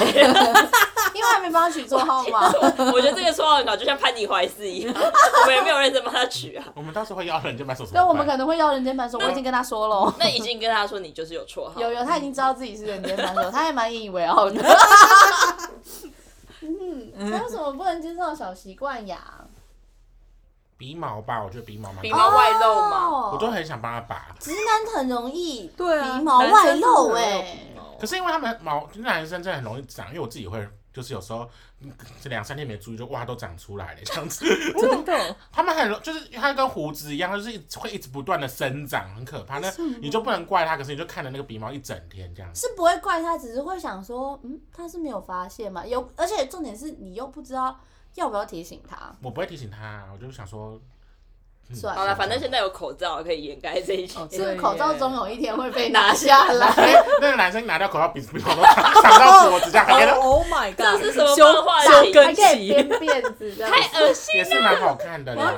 [SPEAKER 5] 因为还没帮他取绰号嘛，
[SPEAKER 3] 我觉得这个绰号很好，就像潘妮怀斯一 样，我们也没有认真帮他取啊。
[SPEAKER 2] 我们到时候会邀人就买手什么
[SPEAKER 5] 所以
[SPEAKER 2] 办？
[SPEAKER 5] 我们可能会要人间扳手，我已经跟他说了。
[SPEAKER 3] 那已经跟他说你就是有绰号，
[SPEAKER 5] 有有，他已经知道自己是人间扳手，他还蛮引以为傲的。嗯，还有什么不能接受的小习惯呀？
[SPEAKER 2] 鼻毛吧，我觉得鼻毛蛮
[SPEAKER 3] 鼻，毛外露吗？
[SPEAKER 2] 我
[SPEAKER 5] 哦，
[SPEAKER 2] 就很想帮他拔，
[SPEAKER 5] 直男很容易
[SPEAKER 6] 对啊，
[SPEAKER 5] 鼻毛
[SPEAKER 6] 男
[SPEAKER 5] 外
[SPEAKER 6] 生真的
[SPEAKER 5] 露欸
[SPEAKER 6] 会有
[SPEAKER 5] 哎、
[SPEAKER 6] 鼻毛
[SPEAKER 2] 可是因为他们毛就是男生真的很容易长，因为我自己会就是有时候嗯这两三天没注意就哇都长出来了这样 子。
[SPEAKER 4] 真的，
[SPEAKER 2] 他们很容就是它跟胡子一样，它就是一直会一直不断的生长，很可怕。那你就不能怪它，可是你就看着那个鼻毛一整天这样子。
[SPEAKER 5] 是不会怪他，只是会想说，嗯，他是没有发现嘛？有，而且重点是你又不知道要不要提醒他。
[SPEAKER 2] 我不会提醒他，我就想说，嗯
[SPEAKER 5] 算
[SPEAKER 3] 好了，反正现在有口罩可以掩盖这一切。
[SPEAKER 5] 哦这个
[SPEAKER 6] 对
[SPEAKER 5] 口罩
[SPEAKER 6] 耶
[SPEAKER 5] 总有一天会被拿下来。
[SPEAKER 2] 那个男生拿掉口罩，鼻子鼻毛都长长到脖子这样，还给 他
[SPEAKER 6] Oh my
[SPEAKER 3] 这
[SPEAKER 6] god！
[SPEAKER 3] 是什么
[SPEAKER 6] 修
[SPEAKER 3] 漫画情
[SPEAKER 6] 修更
[SPEAKER 4] 还可以
[SPEAKER 6] 期？
[SPEAKER 4] 编辫子这样
[SPEAKER 3] 太恶心，
[SPEAKER 2] 也是蛮好看的啦。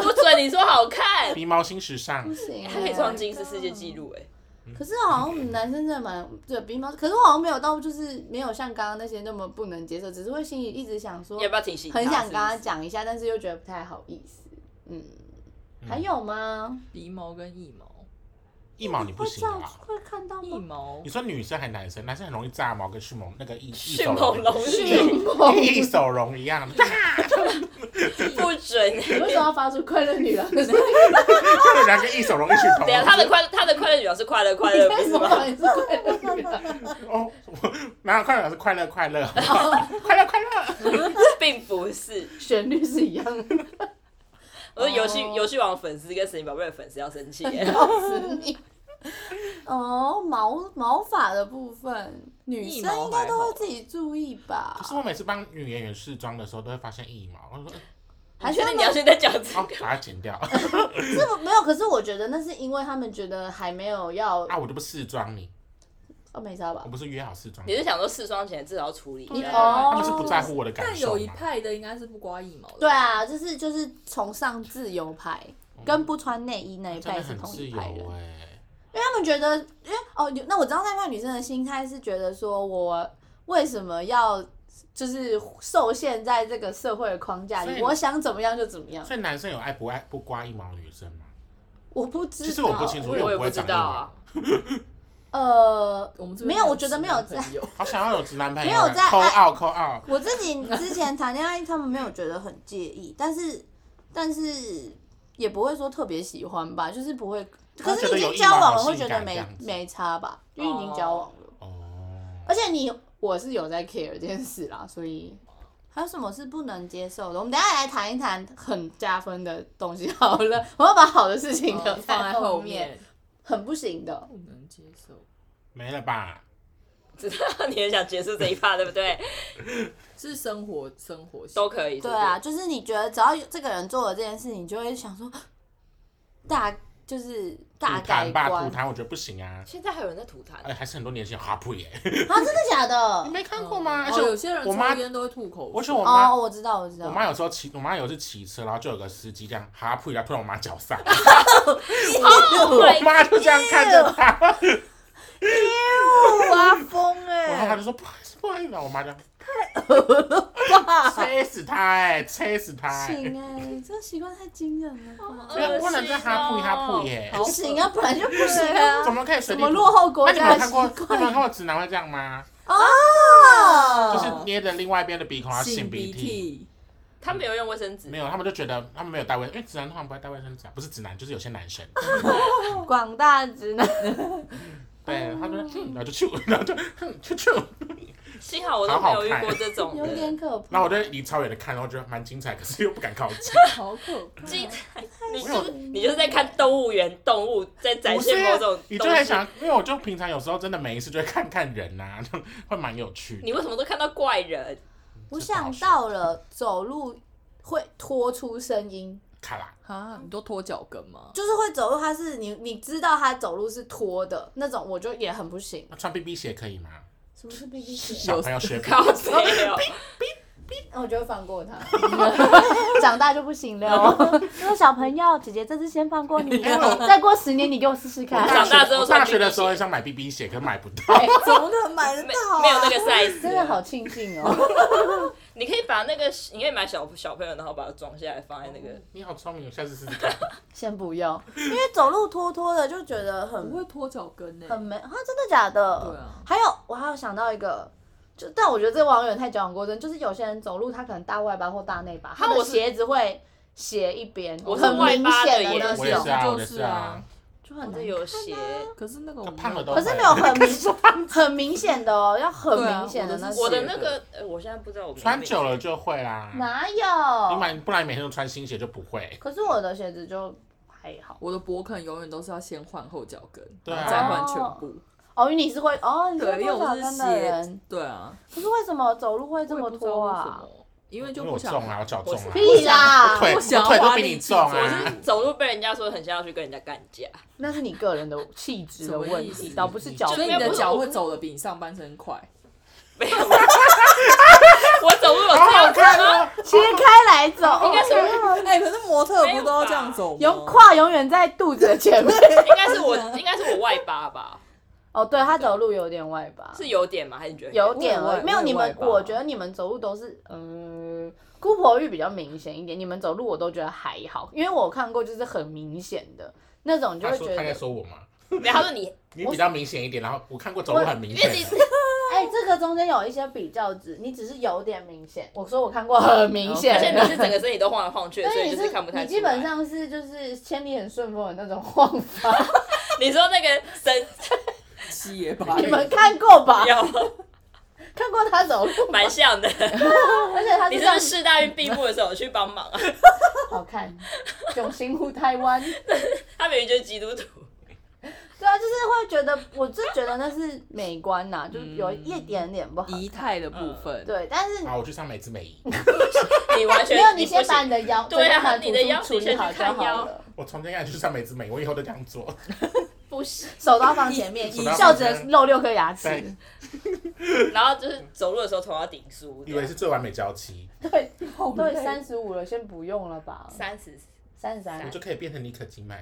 [SPEAKER 3] 不准你说好看，
[SPEAKER 2] 鼻毛新时尚
[SPEAKER 5] 不，行欸，
[SPEAKER 3] 它可以创吉尼斯世界纪录哎。
[SPEAKER 5] 可是好像男生真的蛮对鼻毛，可是我好像没有到就是没有像刚刚那些那么不能接受，只是会心里一直想说，
[SPEAKER 3] 要不要提醒他？
[SPEAKER 5] 很想跟他
[SPEAKER 3] 是不是
[SPEAKER 5] 讲一下，但是又觉得不太好意思。嗯，还有吗？
[SPEAKER 6] 鼻毛跟腋毛，
[SPEAKER 2] 一毛你不行
[SPEAKER 5] 照
[SPEAKER 2] 啊。
[SPEAKER 5] 会看到吗？
[SPEAKER 6] 腋 毛
[SPEAKER 2] 你说女生还是男生？男生很容易炸毛，跟迅猛那个一
[SPEAKER 3] 迅猛龙
[SPEAKER 5] 迅
[SPEAKER 2] 龙一手龙一样，
[SPEAKER 3] 不准。欸
[SPEAKER 5] 你为什么要发出快乐女郎的声音？
[SPEAKER 2] 这个人跟一手龙异曲同
[SPEAKER 3] 等一
[SPEAKER 2] 工
[SPEAKER 3] 下，。啊他的快他的快乐女郎是快乐快乐，不是
[SPEAKER 5] 什么
[SPEAKER 3] 吗？
[SPEAKER 5] 你是快乐女郎？
[SPEAKER 2] 哦，我哪有快乐是快乐快乐，快乐快乐。
[SPEAKER 3] 并不是。
[SPEAKER 5] 旋律是一样的，
[SPEAKER 3] 我说游戏
[SPEAKER 5] 哦
[SPEAKER 3] 游戏王粉丝跟神奇宝贝的粉丝要生气欸耶，
[SPEAKER 5] 告诉你。 哦，毛毛发的部分，女
[SPEAKER 6] 腋
[SPEAKER 5] 生
[SPEAKER 6] 毛
[SPEAKER 5] 应该
[SPEAKER 6] 还
[SPEAKER 5] 都
[SPEAKER 6] 好
[SPEAKER 5] 会自己注意吧
[SPEAKER 2] 可？是我每次帮女演员试妆的时候，都会发现腋毛，我就说
[SPEAKER 5] 还是
[SPEAKER 3] 确
[SPEAKER 5] 他们
[SPEAKER 3] 定你要现在讲这
[SPEAKER 2] 哦
[SPEAKER 3] 个，
[SPEAKER 2] 把它剪掉
[SPEAKER 5] 这个没有，可是我觉得那是因为他们觉得还没有要
[SPEAKER 2] 啊！我就不试妆你，
[SPEAKER 5] 哦，没差吧
[SPEAKER 2] 我？不是约好试妆
[SPEAKER 3] 你，是想说试双前至少要处理一
[SPEAKER 5] 你
[SPEAKER 3] 下？
[SPEAKER 2] 他
[SPEAKER 5] 哦，
[SPEAKER 2] 们是不在乎我的感
[SPEAKER 6] 但
[SPEAKER 2] 受
[SPEAKER 6] 哦有一
[SPEAKER 2] 嘛？
[SPEAKER 6] 派的应该是不刮腋毛的。
[SPEAKER 5] 对，啊，就是就是崇尚自由派，跟不穿内衣那一
[SPEAKER 2] 哦真
[SPEAKER 5] 派
[SPEAKER 2] 的
[SPEAKER 5] 是
[SPEAKER 2] 很
[SPEAKER 5] 同
[SPEAKER 2] 自
[SPEAKER 5] 一
[SPEAKER 2] 由
[SPEAKER 5] 派人，因为
[SPEAKER 2] 哎，
[SPEAKER 5] 他们觉得，因为哦，那我知道那派女生的心态是觉得说我为什么要就是受限在这个社会的框架
[SPEAKER 2] 所以
[SPEAKER 5] 里，
[SPEAKER 2] 你
[SPEAKER 5] 我想怎么样就怎么样，
[SPEAKER 2] 所以男生有爱不爱不刮腋毛的女生吗？
[SPEAKER 5] 我不知道，
[SPEAKER 2] 其实我不清楚，因为
[SPEAKER 3] 我也
[SPEAKER 2] 不会
[SPEAKER 3] 不知
[SPEAKER 2] 长腋
[SPEAKER 3] 道啊
[SPEAKER 2] 毛。
[SPEAKER 5] 呃，
[SPEAKER 6] 我们这边
[SPEAKER 5] 没有，我觉得没有在。
[SPEAKER 6] 直男朋友
[SPEAKER 2] 好想要有直男朋友，啊
[SPEAKER 5] 没有在
[SPEAKER 2] 扣
[SPEAKER 5] 爱
[SPEAKER 2] 二扣二，
[SPEAKER 5] 我自己之前谈恋爱，他们没有觉得很介意， 但是但是也不会说特别喜欢吧，就是不会。可是已经交往了，会觉得没没差吧，因为已经交往了。
[SPEAKER 2] 哦，
[SPEAKER 5] 而且你我是有在 care 这件事啦，所以还有什么是不能接受的？我们等一下来谈一谈很加分的东西好了，我要把好的事情
[SPEAKER 6] 哦
[SPEAKER 5] 留
[SPEAKER 6] 放在
[SPEAKER 5] 在后面，
[SPEAKER 6] 面，
[SPEAKER 5] 很不行的。
[SPEAKER 6] 不能接受。
[SPEAKER 2] 没了吧？
[SPEAKER 3] 知道你很想结束这一趴，对不对？
[SPEAKER 6] 是生活生活习惯
[SPEAKER 3] 都可以。
[SPEAKER 5] 对啊，，就是你觉得只要有这个人做了这件事，你就会想说大就是大
[SPEAKER 2] 吐
[SPEAKER 5] 改
[SPEAKER 2] 痰吧，
[SPEAKER 5] 观
[SPEAKER 2] 吐。痰我觉得不行啊。
[SPEAKER 3] 现在还有人在吐痰
[SPEAKER 2] 哎，，还是很多年轻人哈普耶，
[SPEAKER 5] 啊，真的假的
[SPEAKER 2] 你？没看过吗？而且
[SPEAKER 6] 哦有些人
[SPEAKER 2] 我妈
[SPEAKER 6] 抽，烟都会吐口
[SPEAKER 2] 我
[SPEAKER 6] 水。
[SPEAKER 2] 觉 得我妈
[SPEAKER 5] 哦，我知道，我知道
[SPEAKER 2] 我。妈有时候骑，我妈有时骑车，然后就有个司机这样哈扑一下，推到我妈脚 上，
[SPEAKER 3] Oh
[SPEAKER 2] 我 妈就这样看着他，
[SPEAKER 5] 我要疯
[SPEAKER 2] 然后
[SPEAKER 5] 哎！
[SPEAKER 2] 她就说不好意思，不好意思，然后我妈 就太恶了吧，切死他哎，切死他哎，
[SPEAKER 5] 行哎，这个习惯太惊人了。
[SPEAKER 2] 不要不能再哈扑一哈扑耶，
[SPEAKER 5] 不行啊，本来就不行啊。
[SPEAKER 2] 哦怎么可以随
[SPEAKER 5] 什
[SPEAKER 2] 地
[SPEAKER 5] 么
[SPEAKER 2] 吐？
[SPEAKER 5] 落后国
[SPEAKER 2] 那你们
[SPEAKER 5] 家
[SPEAKER 2] 有
[SPEAKER 5] 的
[SPEAKER 2] 看
[SPEAKER 5] 习
[SPEAKER 2] 过，你
[SPEAKER 5] 惯
[SPEAKER 2] 们有看过直男会这样吗？
[SPEAKER 5] 哦啊？
[SPEAKER 2] 就是捏着另外一边的鼻孔，然后嗯擤鼻涕。
[SPEAKER 6] 涕，
[SPEAKER 3] 他没有用卫生纸
[SPEAKER 2] 没，有，他们就觉得他们没有带卫，因为直男通常不会带卫生纸啊，不是直男，就是有些男生，
[SPEAKER 5] 啊广大直男，
[SPEAKER 2] 对，他们就嗯，然后就去，然后就 哼去去，
[SPEAKER 3] 幸好我都没有遇过这种
[SPEAKER 5] 有点
[SPEAKER 3] 的。
[SPEAKER 5] 可
[SPEAKER 2] 然
[SPEAKER 5] 怕
[SPEAKER 2] 后我。就离超远的看，然后觉得蛮精彩，可是又不敢靠近。
[SPEAKER 6] 好可 怕。
[SPEAKER 3] 进来，你就是你就是在看动物园动物在展
[SPEAKER 2] 不是
[SPEAKER 3] 现某种
[SPEAKER 2] 你就
[SPEAKER 3] 东
[SPEAKER 2] 在
[SPEAKER 3] 西。
[SPEAKER 2] 想，因为我就平常有时候真的没事就会看看人呐、就会蛮有趣的。
[SPEAKER 3] 你为什么都看到怪人？
[SPEAKER 5] 我想到了，走路会拖出声音，
[SPEAKER 2] 卡啦，
[SPEAKER 6] 啊，你都拖脚跟吗？
[SPEAKER 5] 就是会走路，他是你你知道他走路是拖的那种，我就也很不行。
[SPEAKER 2] 那穿 BB 鞋可以吗？
[SPEAKER 5] 什么是 B B 鞋？
[SPEAKER 2] 小朋友 学
[SPEAKER 3] 靠谁哦？
[SPEAKER 5] 那我就会放过他， 长大就不行了哦。因为小朋友，姐姐这次先放过你，再过十年你给我试试
[SPEAKER 2] 我
[SPEAKER 5] 看。
[SPEAKER 2] 大
[SPEAKER 3] 长大之
[SPEAKER 2] 学
[SPEAKER 3] 后
[SPEAKER 2] 我
[SPEAKER 3] 穿
[SPEAKER 2] 大学的
[SPEAKER 3] BB
[SPEAKER 2] 时候
[SPEAKER 3] 鞋
[SPEAKER 2] 也想买 BB 鞋，可是买不到。
[SPEAKER 6] 怎么可能买得
[SPEAKER 3] 没
[SPEAKER 2] 哦
[SPEAKER 3] 没有那个 size，
[SPEAKER 5] 真的好庆幸哦！
[SPEAKER 3] 你可以把那个，你可以买小小朋友，然后把它装下来放在那个。
[SPEAKER 2] 你好聪明，我下次试试看。
[SPEAKER 5] 先不用，因为走路拖拖的就觉得
[SPEAKER 6] 不
[SPEAKER 5] 很
[SPEAKER 6] 会拖脚跟呢、欸
[SPEAKER 5] 很没啊，真的假的？
[SPEAKER 6] 对啊
[SPEAKER 5] 还有，我还有想到一个。就但我觉得这个网友也太矫枉过正，就是有些人走路他可能大外八或大内八，他
[SPEAKER 3] 我
[SPEAKER 5] 的
[SPEAKER 3] 是
[SPEAKER 5] 鞋子会斜一边，
[SPEAKER 3] 我是
[SPEAKER 5] 很
[SPEAKER 3] 外
[SPEAKER 5] 明
[SPEAKER 3] 八的
[SPEAKER 5] 显的
[SPEAKER 3] 耶
[SPEAKER 5] 那
[SPEAKER 2] 我也
[SPEAKER 5] 种
[SPEAKER 2] 是。啊，
[SPEAKER 6] 就是啊
[SPEAKER 2] 我也是啊，
[SPEAKER 5] 就很
[SPEAKER 3] 或者
[SPEAKER 5] 难
[SPEAKER 3] 有鞋，
[SPEAKER 2] 啊
[SPEAKER 6] 可是那个
[SPEAKER 2] 就
[SPEAKER 6] 我
[SPEAKER 2] 胖了都
[SPEAKER 5] 可是没 有很明很明显的哦，要很
[SPEAKER 6] 对啊
[SPEAKER 5] 明显的那
[SPEAKER 6] 我的是
[SPEAKER 5] 种
[SPEAKER 3] 我的那个，呃我现在不知道我
[SPEAKER 2] 穿久了就会啦。
[SPEAKER 5] 哪
[SPEAKER 2] 你
[SPEAKER 5] 有？
[SPEAKER 2] 买，不然你每天都穿新鞋就不会。
[SPEAKER 5] 可是我的鞋子就还好。
[SPEAKER 6] 我的勃肯永远都是要先换后脚跟，
[SPEAKER 2] 对啊
[SPEAKER 6] 然后再换全部。
[SPEAKER 5] 哦，因为你是会哦，你是
[SPEAKER 6] 对，因
[SPEAKER 5] 会
[SPEAKER 6] 为
[SPEAKER 5] 脱脚
[SPEAKER 6] 我是
[SPEAKER 5] 跟的
[SPEAKER 6] 鞋
[SPEAKER 5] 人，，
[SPEAKER 6] 对啊，
[SPEAKER 5] 可是为什么走路会这
[SPEAKER 6] 我也
[SPEAKER 5] 么
[SPEAKER 6] 不知道
[SPEAKER 5] 脱
[SPEAKER 6] 为什
[SPEAKER 5] 啊？
[SPEAKER 6] 么，因为
[SPEAKER 2] 因
[SPEAKER 6] 就
[SPEAKER 2] 为
[SPEAKER 6] 不
[SPEAKER 2] 我
[SPEAKER 6] 想
[SPEAKER 2] 重啊，我脚重啊，
[SPEAKER 5] 屁啦！
[SPEAKER 2] 腿
[SPEAKER 6] 不想
[SPEAKER 2] 我腿都
[SPEAKER 6] 花
[SPEAKER 2] 比
[SPEAKER 6] 力
[SPEAKER 2] 你
[SPEAKER 6] 气
[SPEAKER 2] 重
[SPEAKER 6] 做
[SPEAKER 2] 啊
[SPEAKER 3] 就是。走路被人家说很像要去跟人家干架，
[SPEAKER 5] 那是你个人的气质的问
[SPEAKER 6] 什么意
[SPEAKER 5] 题，
[SPEAKER 6] 思
[SPEAKER 5] 倒不是脚步。
[SPEAKER 6] 所以
[SPEAKER 3] 没
[SPEAKER 6] 你
[SPEAKER 3] 有
[SPEAKER 6] 的
[SPEAKER 3] 不是
[SPEAKER 6] 脚
[SPEAKER 3] 我
[SPEAKER 6] 会走的比你上半身快。
[SPEAKER 3] 没有， 我走路有
[SPEAKER 2] 好
[SPEAKER 3] 这
[SPEAKER 2] 好
[SPEAKER 3] 样子
[SPEAKER 2] 看
[SPEAKER 3] 吗？
[SPEAKER 2] 哦！
[SPEAKER 5] 切开来走，
[SPEAKER 3] 应该是
[SPEAKER 6] 哎，可是模特
[SPEAKER 3] 没有
[SPEAKER 6] 不都要这样走吗？
[SPEAKER 5] 永胯永远在肚子的前面。
[SPEAKER 3] 应该是我，应该是我外八吧？
[SPEAKER 5] 哦，对，他走路有点外八，
[SPEAKER 3] 是有点吗？还是你觉得
[SPEAKER 5] 有点
[SPEAKER 6] 我也
[SPEAKER 5] 而
[SPEAKER 6] 外
[SPEAKER 5] 已没有你
[SPEAKER 6] 我也
[SPEAKER 5] 们
[SPEAKER 6] 外，八
[SPEAKER 5] 我觉得你们走路都是嗯。姑婆玉比较明显一点，你们走路我都觉得还好，因为我看过就是很明显的那种，你就
[SPEAKER 2] 他
[SPEAKER 5] 会
[SPEAKER 2] 说
[SPEAKER 5] 觉
[SPEAKER 2] 他
[SPEAKER 5] 得
[SPEAKER 2] 在说我吗？
[SPEAKER 3] 没有？他说你，
[SPEAKER 2] 你比较明显一点，然后我看过走路很明
[SPEAKER 3] 因
[SPEAKER 2] 显
[SPEAKER 3] 为你
[SPEAKER 2] 的，
[SPEAKER 5] 哎、这个中间有一些比较值，你只是有点明显。我说我看过很明显
[SPEAKER 3] 而且你
[SPEAKER 5] 的，
[SPEAKER 3] 是整个身体都晃来晃去的，
[SPEAKER 5] 但
[SPEAKER 3] 所
[SPEAKER 5] 是
[SPEAKER 3] 以
[SPEAKER 5] 你
[SPEAKER 3] 就是看不太
[SPEAKER 5] 你
[SPEAKER 3] 出来。
[SPEAKER 5] 基本上是就是千里很顺风的那种晃法，
[SPEAKER 3] 你说那个神
[SPEAKER 6] 吸也吧
[SPEAKER 5] 你。们看过吧？
[SPEAKER 3] 有
[SPEAKER 5] 看过他走路吗
[SPEAKER 3] 蛮？像的，
[SPEAKER 5] 而且他
[SPEAKER 3] 你
[SPEAKER 5] 是这
[SPEAKER 3] 是不
[SPEAKER 5] 样
[SPEAKER 3] 是世大运闭幕的时候有去帮忙啊？
[SPEAKER 5] 好看，囧星湖台湾，
[SPEAKER 3] 他明明就是基督 徒，
[SPEAKER 5] 对啊，就是会觉得，我就觉得那是美观呐、就是有
[SPEAKER 2] 嗯
[SPEAKER 5] 一点点不好。
[SPEAKER 6] 仪态的部分，
[SPEAKER 5] 对，但是
[SPEAKER 2] 啊，我去上美姿美仪，
[SPEAKER 3] 你完全
[SPEAKER 5] 没有，你
[SPEAKER 3] 你
[SPEAKER 5] 先
[SPEAKER 3] 不
[SPEAKER 5] 把
[SPEAKER 3] 行
[SPEAKER 5] 你的腰，
[SPEAKER 3] 对啊
[SPEAKER 5] 整个盘
[SPEAKER 3] 你的腰
[SPEAKER 5] 处
[SPEAKER 3] 你
[SPEAKER 5] 理
[SPEAKER 3] 先去
[SPEAKER 5] 好就
[SPEAKER 3] 看腰
[SPEAKER 5] 好了，
[SPEAKER 2] 我从今天开始去上美姿美，我以后都这样做。
[SPEAKER 3] 不行，
[SPEAKER 5] 手刀放前面，
[SPEAKER 2] 手刀
[SPEAKER 5] 笑
[SPEAKER 2] 放
[SPEAKER 5] 着
[SPEAKER 2] 前面
[SPEAKER 5] 露六颗牙齿。
[SPEAKER 2] 对，
[SPEAKER 3] 然后就是走路的时候头要顶书，
[SPEAKER 2] 以为是最完美娇妻，
[SPEAKER 5] 对，
[SPEAKER 6] 好
[SPEAKER 5] 对，
[SPEAKER 6] 累
[SPEAKER 5] 三十五了，先不用了吧，
[SPEAKER 3] 三十
[SPEAKER 5] 三十三
[SPEAKER 2] 我就可以变成妮可基曼。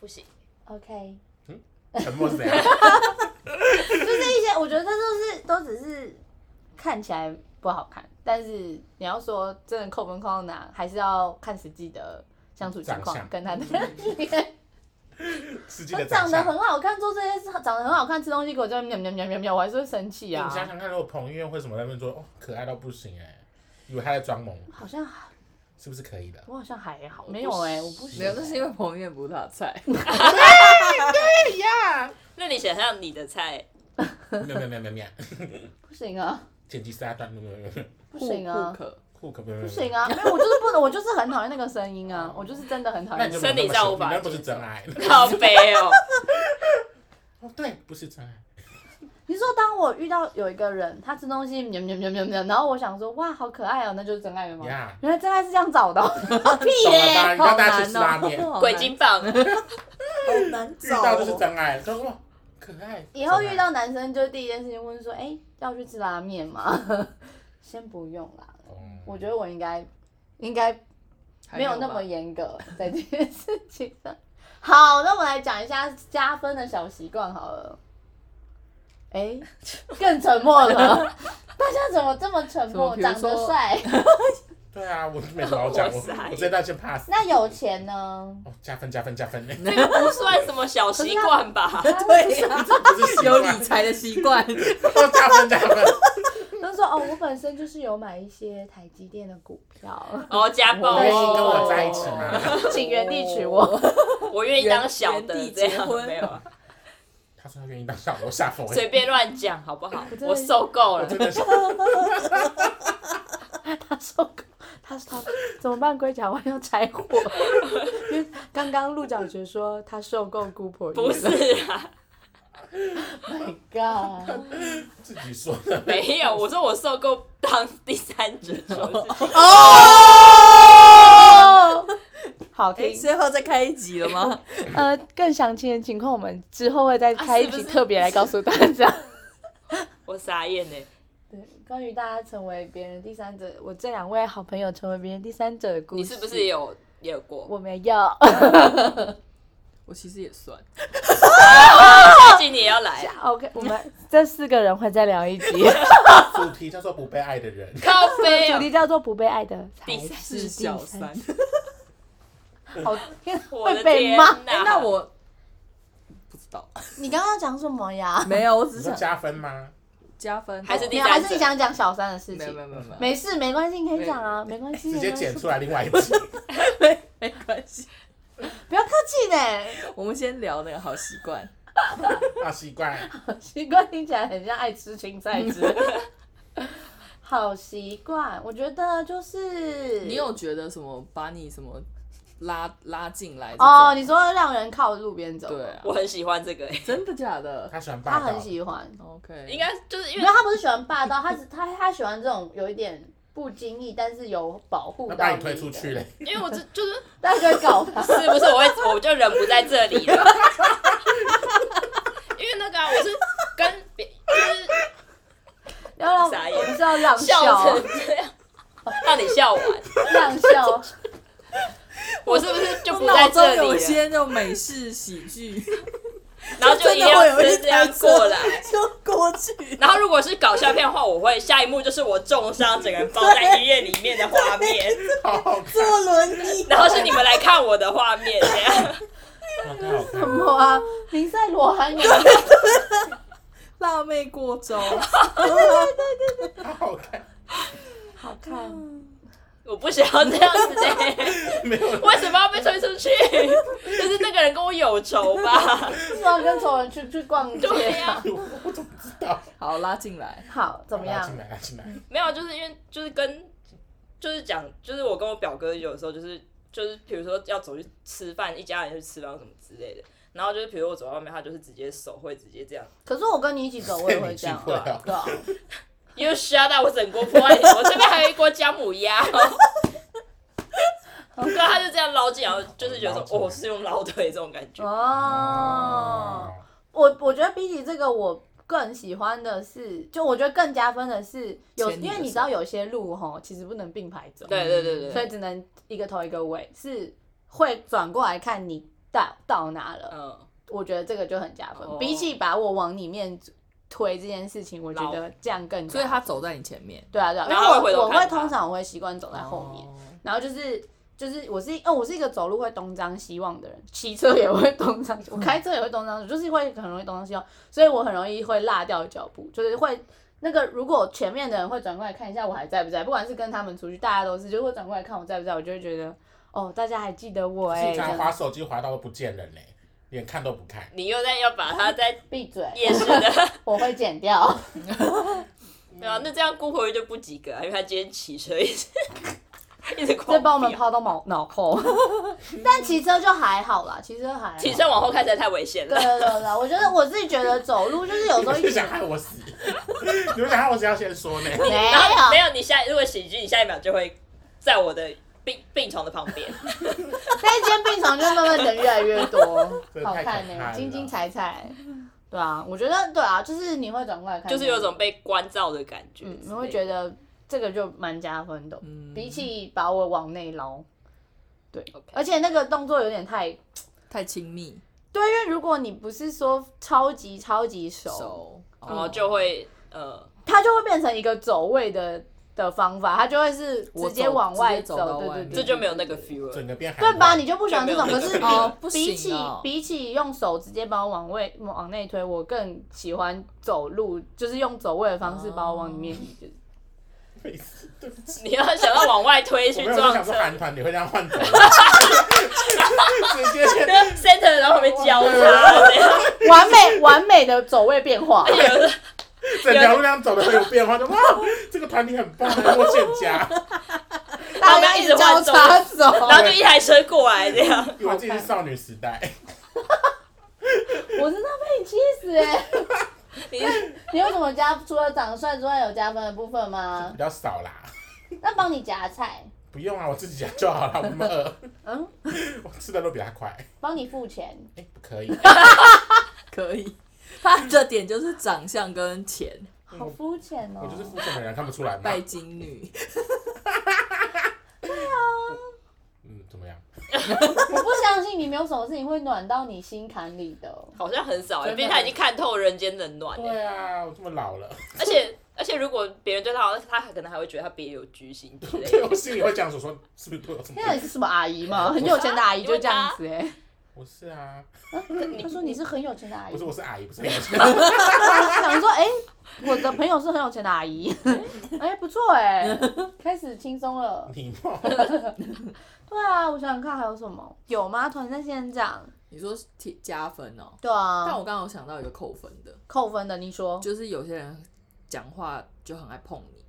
[SPEAKER 3] 不行，
[SPEAKER 5] ，OK。
[SPEAKER 2] 沉默是怎样？
[SPEAKER 5] 就是一些，我觉得这都是都只是看起来不好看，但是你要说真的扣分扣到哪，还是要看实际的相处情
[SPEAKER 2] 长
[SPEAKER 5] 况
[SPEAKER 2] 相
[SPEAKER 5] 跟他 的。
[SPEAKER 2] 实际
[SPEAKER 5] 他
[SPEAKER 2] 的
[SPEAKER 5] 长得
[SPEAKER 2] 长相。
[SPEAKER 5] 很好看，做这些事长得很好看，吃东西给我叫喵喵喵喵喵，我还是会生气
[SPEAKER 2] 你
[SPEAKER 5] 啊。
[SPEAKER 2] 想想看，如果彭于晏会什么在那边说，哦，可爱到不行哎，以为他在装萌，
[SPEAKER 5] 好像
[SPEAKER 2] 是不是可以的？
[SPEAKER 5] 我好像还好，没有哎、我不
[SPEAKER 6] 没有，那是因为彭于晏不是他的菜。
[SPEAKER 5] 哎
[SPEAKER 3] 那你想象你的菜，
[SPEAKER 2] 没有没有没有没有没有，
[SPEAKER 5] 不行啊，
[SPEAKER 2] 剪辑三段，没有没有没有没有，
[SPEAKER 5] 不行啊
[SPEAKER 6] 户，口
[SPEAKER 2] 酷可没有没有
[SPEAKER 5] 不
[SPEAKER 2] 没有
[SPEAKER 5] 行啊，没有，我就是不能，我就是很讨厌那个声音
[SPEAKER 6] 哦
[SPEAKER 5] 啊，我就是真的很讨
[SPEAKER 2] 那
[SPEAKER 5] 厌
[SPEAKER 2] 你就。
[SPEAKER 3] 身体上无法
[SPEAKER 2] 你那不是真爱。
[SPEAKER 3] 好悲哦，
[SPEAKER 2] 哦，对，不是真爱。
[SPEAKER 5] 你说，当我遇到有一个人，他吃东西喵喵喵喵喵，然后我想说哇，好可爱哦，那就是真爱了吗？
[SPEAKER 2] 呀，
[SPEAKER 5] 原来真爱是这样找的哦， 屁
[SPEAKER 2] 懂了
[SPEAKER 5] 耶！哦
[SPEAKER 2] 吧？你让大家去吃拉面，
[SPEAKER 6] 好难哦
[SPEAKER 3] 鬼精棒，啊
[SPEAKER 6] 好难
[SPEAKER 2] 遇到就是真爱，说哇，可爱。
[SPEAKER 5] 以后
[SPEAKER 2] 真爱
[SPEAKER 5] 遇到男生就第一件事情问说，哎、要去吃拉面吗？ 先不用啦，
[SPEAKER 2] 哦
[SPEAKER 5] 我觉得我应该应该没有那么
[SPEAKER 6] 还吧
[SPEAKER 5] 严格 在这件事情上。好，那我们来讲一下加分的小习惯好了。哎、 更沉默了， 大家怎么这么沉默？
[SPEAKER 6] 怎么比如
[SPEAKER 5] 长
[SPEAKER 6] 说
[SPEAKER 5] 得帅，
[SPEAKER 2] 对啊，我没什么好讲，我
[SPEAKER 3] 我傻眼
[SPEAKER 2] 我这段先 pass。
[SPEAKER 5] 那有钱呢？
[SPEAKER 2] 哦，加分加分加分，
[SPEAKER 3] 这个不算什么小习惯吧？
[SPEAKER 6] 对 呀，
[SPEAKER 2] 不是习惯
[SPEAKER 6] 有理财的习惯，
[SPEAKER 2] 哦，加分加分。
[SPEAKER 5] 他说哦，我本身就是有买一些台积电的股票，
[SPEAKER 3] 哦，家
[SPEAKER 2] 我
[SPEAKER 3] 暴
[SPEAKER 2] 愿
[SPEAKER 3] 哦，
[SPEAKER 2] 意跟我在一起吗？
[SPEAKER 5] 请原地娶我。
[SPEAKER 3] 我愿意当小
[SPEAKER 6] 原
[SPEAKER 3] 的
[SPEAKER 6] 地
[SPEAKER 3] 这
[SPEAKER 6] 结
[SPEAKER 3] 样
[SPEAKER 6] 婚
[SPEAKER 3] 没有啊，
[SPEAKER 2] 他说他愿意当小楼下风，
[SPEAKER 3] 随便乱讲好不好？
[SPEAKER 5] 真的
[SPEAKER 3] 我受够
[SPEAKER 2] 我
[SPEAKER 3] 了
[SPEAKER 2] 真，的是
[SPEAKER 5] 他说他说怎么办？龟甲湾要拆伙， 因为刚刚鹿角蕨说他受够姑婆
[SPEAKER 3] 不是啊，
[SPEAKER 5] Oh My God！
[SPEAKER 2] 自己说的。
[SPEAKER 3] 没有，我说我受够当第三者说是
[SPEAKER 5] 哦，好
[SPEAKER 6] 哎，
[SPEAKER 5] 听。
[SPEAKER 6] 最后再开一集了吗？
[SPEAKER 5] 呃，更详情的情况，我们之后会再开一
[SPEAKER 3] 啊是
[SPEAKER 5] 集
[SPEAKER 3] 不是
[SPEAKER 5] 特别来告诉大家。
[SPEAKER 3] 我傻眼欸呢，
[SPEAKER 5] 对，关于大家成为别人第三者，我这两位好朋友成为别人第三者的故事，
[SPEAKER 3] 你是不是也有也有过？
[SPEAKER 5] 我没有。
[SPEAKER 6] 我其实也算，
[SPEAKER 3] 最近你也要来，啊
[SPEAKER 5] OK，我 们这四个人会再聊一集，
[SPEAKER 2] 主题叫做不被爱的人，
[SPEAKER 3] 高飞
[SPEAKER 5] 主
[SPEAKER 3] 哦
[SPEAKER 5] 题叫做“不被爱的才
[SPEAKER 3] 第三
[SPEAKER 6] 是小 三。哎
[SPEAKER 5] 好听”，
[SPEAKER 3] 我的
[SPEAKER 5] 会被
[SPEAKER 3] 天
[SPEAKER 5] 骂。
[SPEAKER 3] 哪！
[SPEAKER 6] 哎，那我不知道，
[SPEAKER 5] 你刚刚讲什么呀？
[SPEAKER 6] 没有，我只
[SPEAKER 2] 你
[SPEAKER 6] 是
[SPEAKER 2] 说
[SPEAKER 6] 想
[SPEAKER 2] 加分吗？
[SPEAKER 6] 加分，
[SPEAKER 3] 还是
[SPEAKER 5] 没
[SPEAKER 3] 第
[SPEAKER 5] 有，
[SPEAKER 3] 三
[SPEAKER 5] 还
[SPEAKER 3] 者
[SPEAKER 5] 是你想讲小三的事
[SPEAKER 6] 没有没
[SPEAKER 5] 情？
[SPEAKER 6] 有没有没有，
[SPEAKER 5] 没事，没关系，你可以讲啊，没关系，
[SPEAKER 2] 直
[SPEAKER 5] 没
[SPEAKER 2] 接
[SPEAKER 5] 关系
[SPEAKER 2] 剪出来另外一集，
[SPEAKER 6] 没关系，
[SPEAKER 5] 不要客情哎、
[SPEAKER 6] 我们先聊那个好习惯，
[SPEAKER 2] 啊，习惯。
[SPEAKER 4] 习惯听起来很像爱吃青菜汁。
[SPEAKER 5] 好习惯，我觉得就是
[SPEAKER 6] 嗯
[SPEAKER 5] 哦
[SPEAKER 6] 你有觉得什么把你什么拉拉进来这种？
[SPEAKER 5] 哦，你说让人靠路边走，
[SPEAKER 6] 对，啊，
[SPEAKER 3] 我很喜欢这个、欸，
[SPEAKER 6] 真的假的
[SPEAKER 2] 他喜欢霸
[SPEAKER 5] 他
[SPEAKER 2] 道，
[SPEAKER 5] 很喜欢，
[SPEAKER 6] ？OK，
[SPEAKER 3] 应该就是因
[SPEAKER 5] 没
[SPEAKER 3] 为
[SPEAKER 5] 有，他不是喜欢霸道，他只 他他喜欢这种有一点不经意，但是有保护
[SPEAKER 2] 那
[SPEAKER 5] 到
[SPEAKER 2] 把
[SPEAKER 5] 你
[SPEAKER 2] 你推出
[SPEAKER 5] 的
[SPEAKER 2] 去，嘞，
[SPEAKER 3] 因为我这就是
[SPEAKER 5] 大家就会告他。
[SPEAKER 3] 是不是我会我就人不在这里 了？因为那个、啊、我是跟别就是
[SPEAKER 5] 要让
[SPEAKER 3] 傻眼
[SPEAKER 5] 我们是要让
[SPEAKER 3] 笑
[SPEAKER 6] 啊
[SPEAKER 5] 笑
[SPEAKER 3] 成这样，让你笑完，
[SPEAKER 5] 让笑，
[SPEAKER 3] 我是不是就不
[SPEAKER 6] 脑
[SPEAKER 3] 在
[SPEAKER 6] 中
[SPEAKER 3] 这
[SPEAKER 6] 有
[SPEAKER 3] 里
[SPEAKER 6] 一
[SPEAKER 3] 了？
[SPEAKER 6] 些那种美式喜剧，
[SPEAKER 3] 然后就
[SPEAKER 6] 真
[SPEAKER 3] 一
[SPEAKER 6] 的会
[SPEAKER 3] 样
[SPEAKER 6] 有一
[SPEAKER 3] 是这样
[SPEAKER 6] 台车
[SPEAKER 3] 过来。
[SPEAKER 6] 就过去。
[SPEAKER 3] 然后如果是搞笑片的话，我会下一幕就是我重伤，整个人包在医院里面的画 面，
[SPEAKER 2] 好好看，
[SPEAKER 6] 坐轮椅，
[SPEAKER 3] 然后是你们来看我的画面这样。
[SPEAKER 2] 好看好看。
[SPEAKER 5] 哇，林赛罗韩语
[SPEAKER 6] 辣妹过招，
[SPEAKER 2] 好好看，
[SPEAKER 5] 好看，
[SPEAKER 3] 我不想要这样子、欸，
[SPEAKER 2] 没有
[SPEAKER 3] 为什么要被推 出去？就是那个人跟我有仇吧？
[SPEAKER 5] 是要跟仇人去去逛
[SPEAKER 3] 对
[SPEAKER 5] 街
[SPEAKER 3] 呀、
[SPEAKER 5] 啊。
[SPEAKER 2] 我我怎么知道？
[SPEAKER 6] 好拉进来，
[SPEAKER 5] 好，怎么
[SPEAKER 2] 拉
[SPEAKER 5] 样
[SPEAKER 2] 进？来，拉进来。
[SPEAKER 3] 没有，就是因为就是跟就是讲，就是我跟我表哥有时候就是就是比如说要走去吃饭，一家人去吃饭什么之类的。然后就是，比如我走到外面，他就是直接手会直接这样。
[SPEAKER 5] 可是我跟你一起走，我也会这 样，
[SPEAKER 2] 是
[SPEAKER 5] 对
[SPEAKER 2] 你去会
[SPEAKER 5] 啊
[SPEAKER 2] 啊
[SPEAKER 5] 对啊。
[SPEAKER 3] 又 shut up，我整锅泼在你头，我这边还有一锅姜母鸭、哦。对，他就这样捞进来，然后就是觉得说，哦，是用捞腿这种感觉。
[SPEAKER 5] 哦，我我觉得比起这个，我更喜欢的是，就我觉得更加分的是有，
[SPEAKER 6] 牵你的
[SPEAKER 5] 因为你知道有些路吼，其实不能并排走，
[SPEAKER 3] 对对对
[SPEAKER 5] 所以
[SPEAKER 3] 对，
[SPEAKER 5] 只能一个头一个尾，是会转过来看你到到哪了。
[SPEAKER 3] 嗯，
[SPEAKER 5] 我觉得这个就很加分，
[SPEAKER 3] 哦
[SPEAKER 5] 比起把我往里面推这件事情，我觉得这样更加
[SPEAKER 6] 所以他走在你前面，
[SPEAKER 5] 对啊对啊，因
[SPEAKER 3] 然
[SPEAKER 5] 为
[SPEAKER 3] 后他会回头
[SPEAKER 5] 我我
[SPEAKER 3] 看
[SPEAKER 5] 会
[SPEAKER 3] 他哦
[SPEAKER 5] 通常我会习惯走在后面，然后就是就是我是哦，我是一个走路会东张西望的人，骑车也会东张西，我开车也会东张西，就是会很容易东张西望，所以我很容易会落掉脚步，就是会那个如果前面的人会转过来看一下我还在不在，不管是跟他们出去，大家都是就会转过来看我在不在，我就会觉得哦，大家还记得我哎、
[SPEAKER 2] 经
[SPEAKER 5] 这样
[SPEAKER 2] 常滑手机滑到都不见人嘞，连看都不看。
[SPEAKER 3] 你又在要把它在
[SPEAKER 5] 闭嘴，
[SPEAKER 3] 夜市的，
[SPEAKER 5] 我会剪掉。
[SPEAKER 3] 对啊，那这样姑婆就不及格啊，因为他今天骑车一直一直狂
[SPEAKER 5] 再把我们
[SPEAKER 3] 飙
[SPEAKER 5] 抛到脑脑后。 但骑车就还好啦，骑车还好。
[SPEAKER 3] 骑车往后开才太危险
[SPEAKER 5] 对
[SPEAKER 3] 了。
[SPEAKER 5] 对对对，我觉得我自己觉得走路 就是有时候一
[SPEAKER 2] 你们
[SPEAKER 5] 直
[SPEAKER 2] 想害我死？你们想害我死要先说呢？
[SPEAKER 5] 没
[SPEAKER 3] 然后没
[SPEAKER 5] 有，
[SPEAKER 3] 有你下，如果喜剧，你下一秒就会在我的病病床的旁 边。
[SPEAKER 5] 但是今天病床就慢慢的越来越多
[SPEAKER 2] 真，的
[SPEAKER 5] 好
[SPEAKER 2] 太可
[SPEAKER 5] 看呢、
[SPEAKER 2] 怕了
[SPEAKER 5] 精精彩彩。对啊，我觉得对啊，就是你会转过来看，
[SPEAKER 3] 就是有一种被关照的感觉之类
[SPEAKER 5] 嗯
[SPEAKER 3] 的。，
[SPEAKER 5] 你会觉得这个就蛮加分的，
[SPEAKER 6] 嗯
[SPEAKER 5] 比起把我往内捞，对
[SPEAKER 3] OK
[SPEAKER 5] 而且那个动作有点太。
[SPEAKER 6] 太亲密，
[SPEAKER 5] 对，因为如果你不是说超级超级
[SPEAKER 6] 手，
[SPEAKER 3] 然后哦就会呃，
[SPEAKER 5] 它就会变成一个走位的的方法，它就会是直接往外走，
[SPEAKER 6] 我走直接走到外
[SPEAKER 5] 对对
[SPEAKER 6] 面
[SPEAKER 5] 对，
[SPEAKER 3] 这就没有那个
[SPEAKER 6] 对
[SPEAKER 3] feel 了。
[SPEAKER 2] 整个变海
[SPEAKER 5] 对吧？
[SPEAKER 2] 王
[SPEAKER 5] 你就不喜欢这种，
[SPEAKER 3] 就
[SPEAKER 5] 可
[SPEAKER 3] 没有
[SPEAKER 5] 是比、
[SPEAKER 6] 哦不行
[SPEAKER 5] 比起
[SPEAKER 6] 哦
[SPEAKER 5] 比起用手直接把我往位往内推，我更喜欢走路，就是用走位的方式把我往里面移。就是
[SPEAKER 2] 没事对不起。
[SPEAKER 3] 你要想要往外 推
[SPEAKER 2] 我
[SPEAKER 3] 去
[SPEAKER 2] 没有我
[SPEAKER 3] 撞
[SPEAKER 2] 想
[SPEAKER 3] 车
[SPEAKER 2] 说韩团你会这样换走吗，直接
[SPEAKER 3] ，center 然后旁边交 叉这样，
[SPEAKER 5] 完美完美的走位变化，
[SPEAKER 2] 整条路这样走的会有变化，就哇，这个团体很棒，还握欠佳。
[SPEAKER 5] 大家一直交叉走。
[SPEAKER 3] 然后就一台车过来这样。
[SPEAKER 2] 因为我自己是少女时代，
[SPEAKER 5] 我真的被你气死哎、
[SPEAKER 3] 你
[SPEAKER 5] 你有什么加除了长得帅之外有加分的部分吗
[SPEAKER 2] 比？较少啦。
[SPEAKER 5] 那帮你夹菜，
[SPEAKER 2] 不用啊，我自己讲就好了，我那么饿，
[SPEAKER 5] 嗯，
[SPEAKER 2] 我吃的都比他快。
[SPEAKER 5] 帮你付钱，
[SPEAKER 2] 哎，不可以，
[SPEAKER 6] 可以。他的点就是长相跟钱，
[SPEAKER 5] 好肤浅哦。
[SPEAKER 2] 我就是肤浅的人，看不出来吗？
[SPEAKER 6] 拜金女，
[SPEAKER 2] 嗯，怎么样？
[SPEAKER 5] 我不相信你没有什么事情会暖到你心坎里的。
[SPEAKER 3] 好像很少欸，
[SPEAKER 2] 真的
[SPEAKER 3] 因为他已经看透人间冷暖欸
[SPEAKER 2] 对啊，我这么老了，
[SPEAKER 3] 而且而且如果别人对他好，他可能还会觉得他别有居心之 类
[SPEAKER 2] 对
[SPEAKER 3] 的。
[SPEAKER 2] 啊我心里会这样子说，是不是对我有什么
[SPEAKER 5] 现？在是什么阿姨嘛？很有钱的阿姨就这样子哎、
[SPEAKER 2] 我我是啊，
[SPEAKER 5] 他说你是很有钱的阿
[SPEAKER 2] 不
[SPEAKER 5] 姨
[SPEAKER 2] 是，我是阿姨，不是很有钱。
[SPEAKER 5] 他想说，哎、我的朋友是很有钱的阿姨，哎、不错哎、开始轻松了。
[SPEAKER 2] 你嘛，
[SPEAKER 5] 对啊，我想想看还有什么，有吗？团战现在这样，
[SPEAKER 6] 你说是提加分哦，
[SPEAKER 5] 对
[SPEAKER 6] 但
[SPEAKER 5] 啊，
[SPEAKER 6] 我刚刚有想到一个扣分的，
[SPEAKER 5] 扣分的，你说
[SPEAKER 6] 就是有些人讲话就很爱碰你，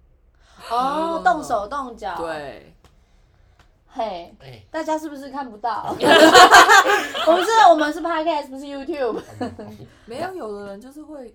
[SPEAKER 5] 哦，动手动脚，，
[SPEAKER 6] 对，
[SPEAKER 5] 嘿。
[SPEAKER 2] 哎，
[SPEAKER 5] 大家是不是看不到？我们是，我们是 podcast，不是 YouTube。
[SPEAKER 6] 没有有的人就是会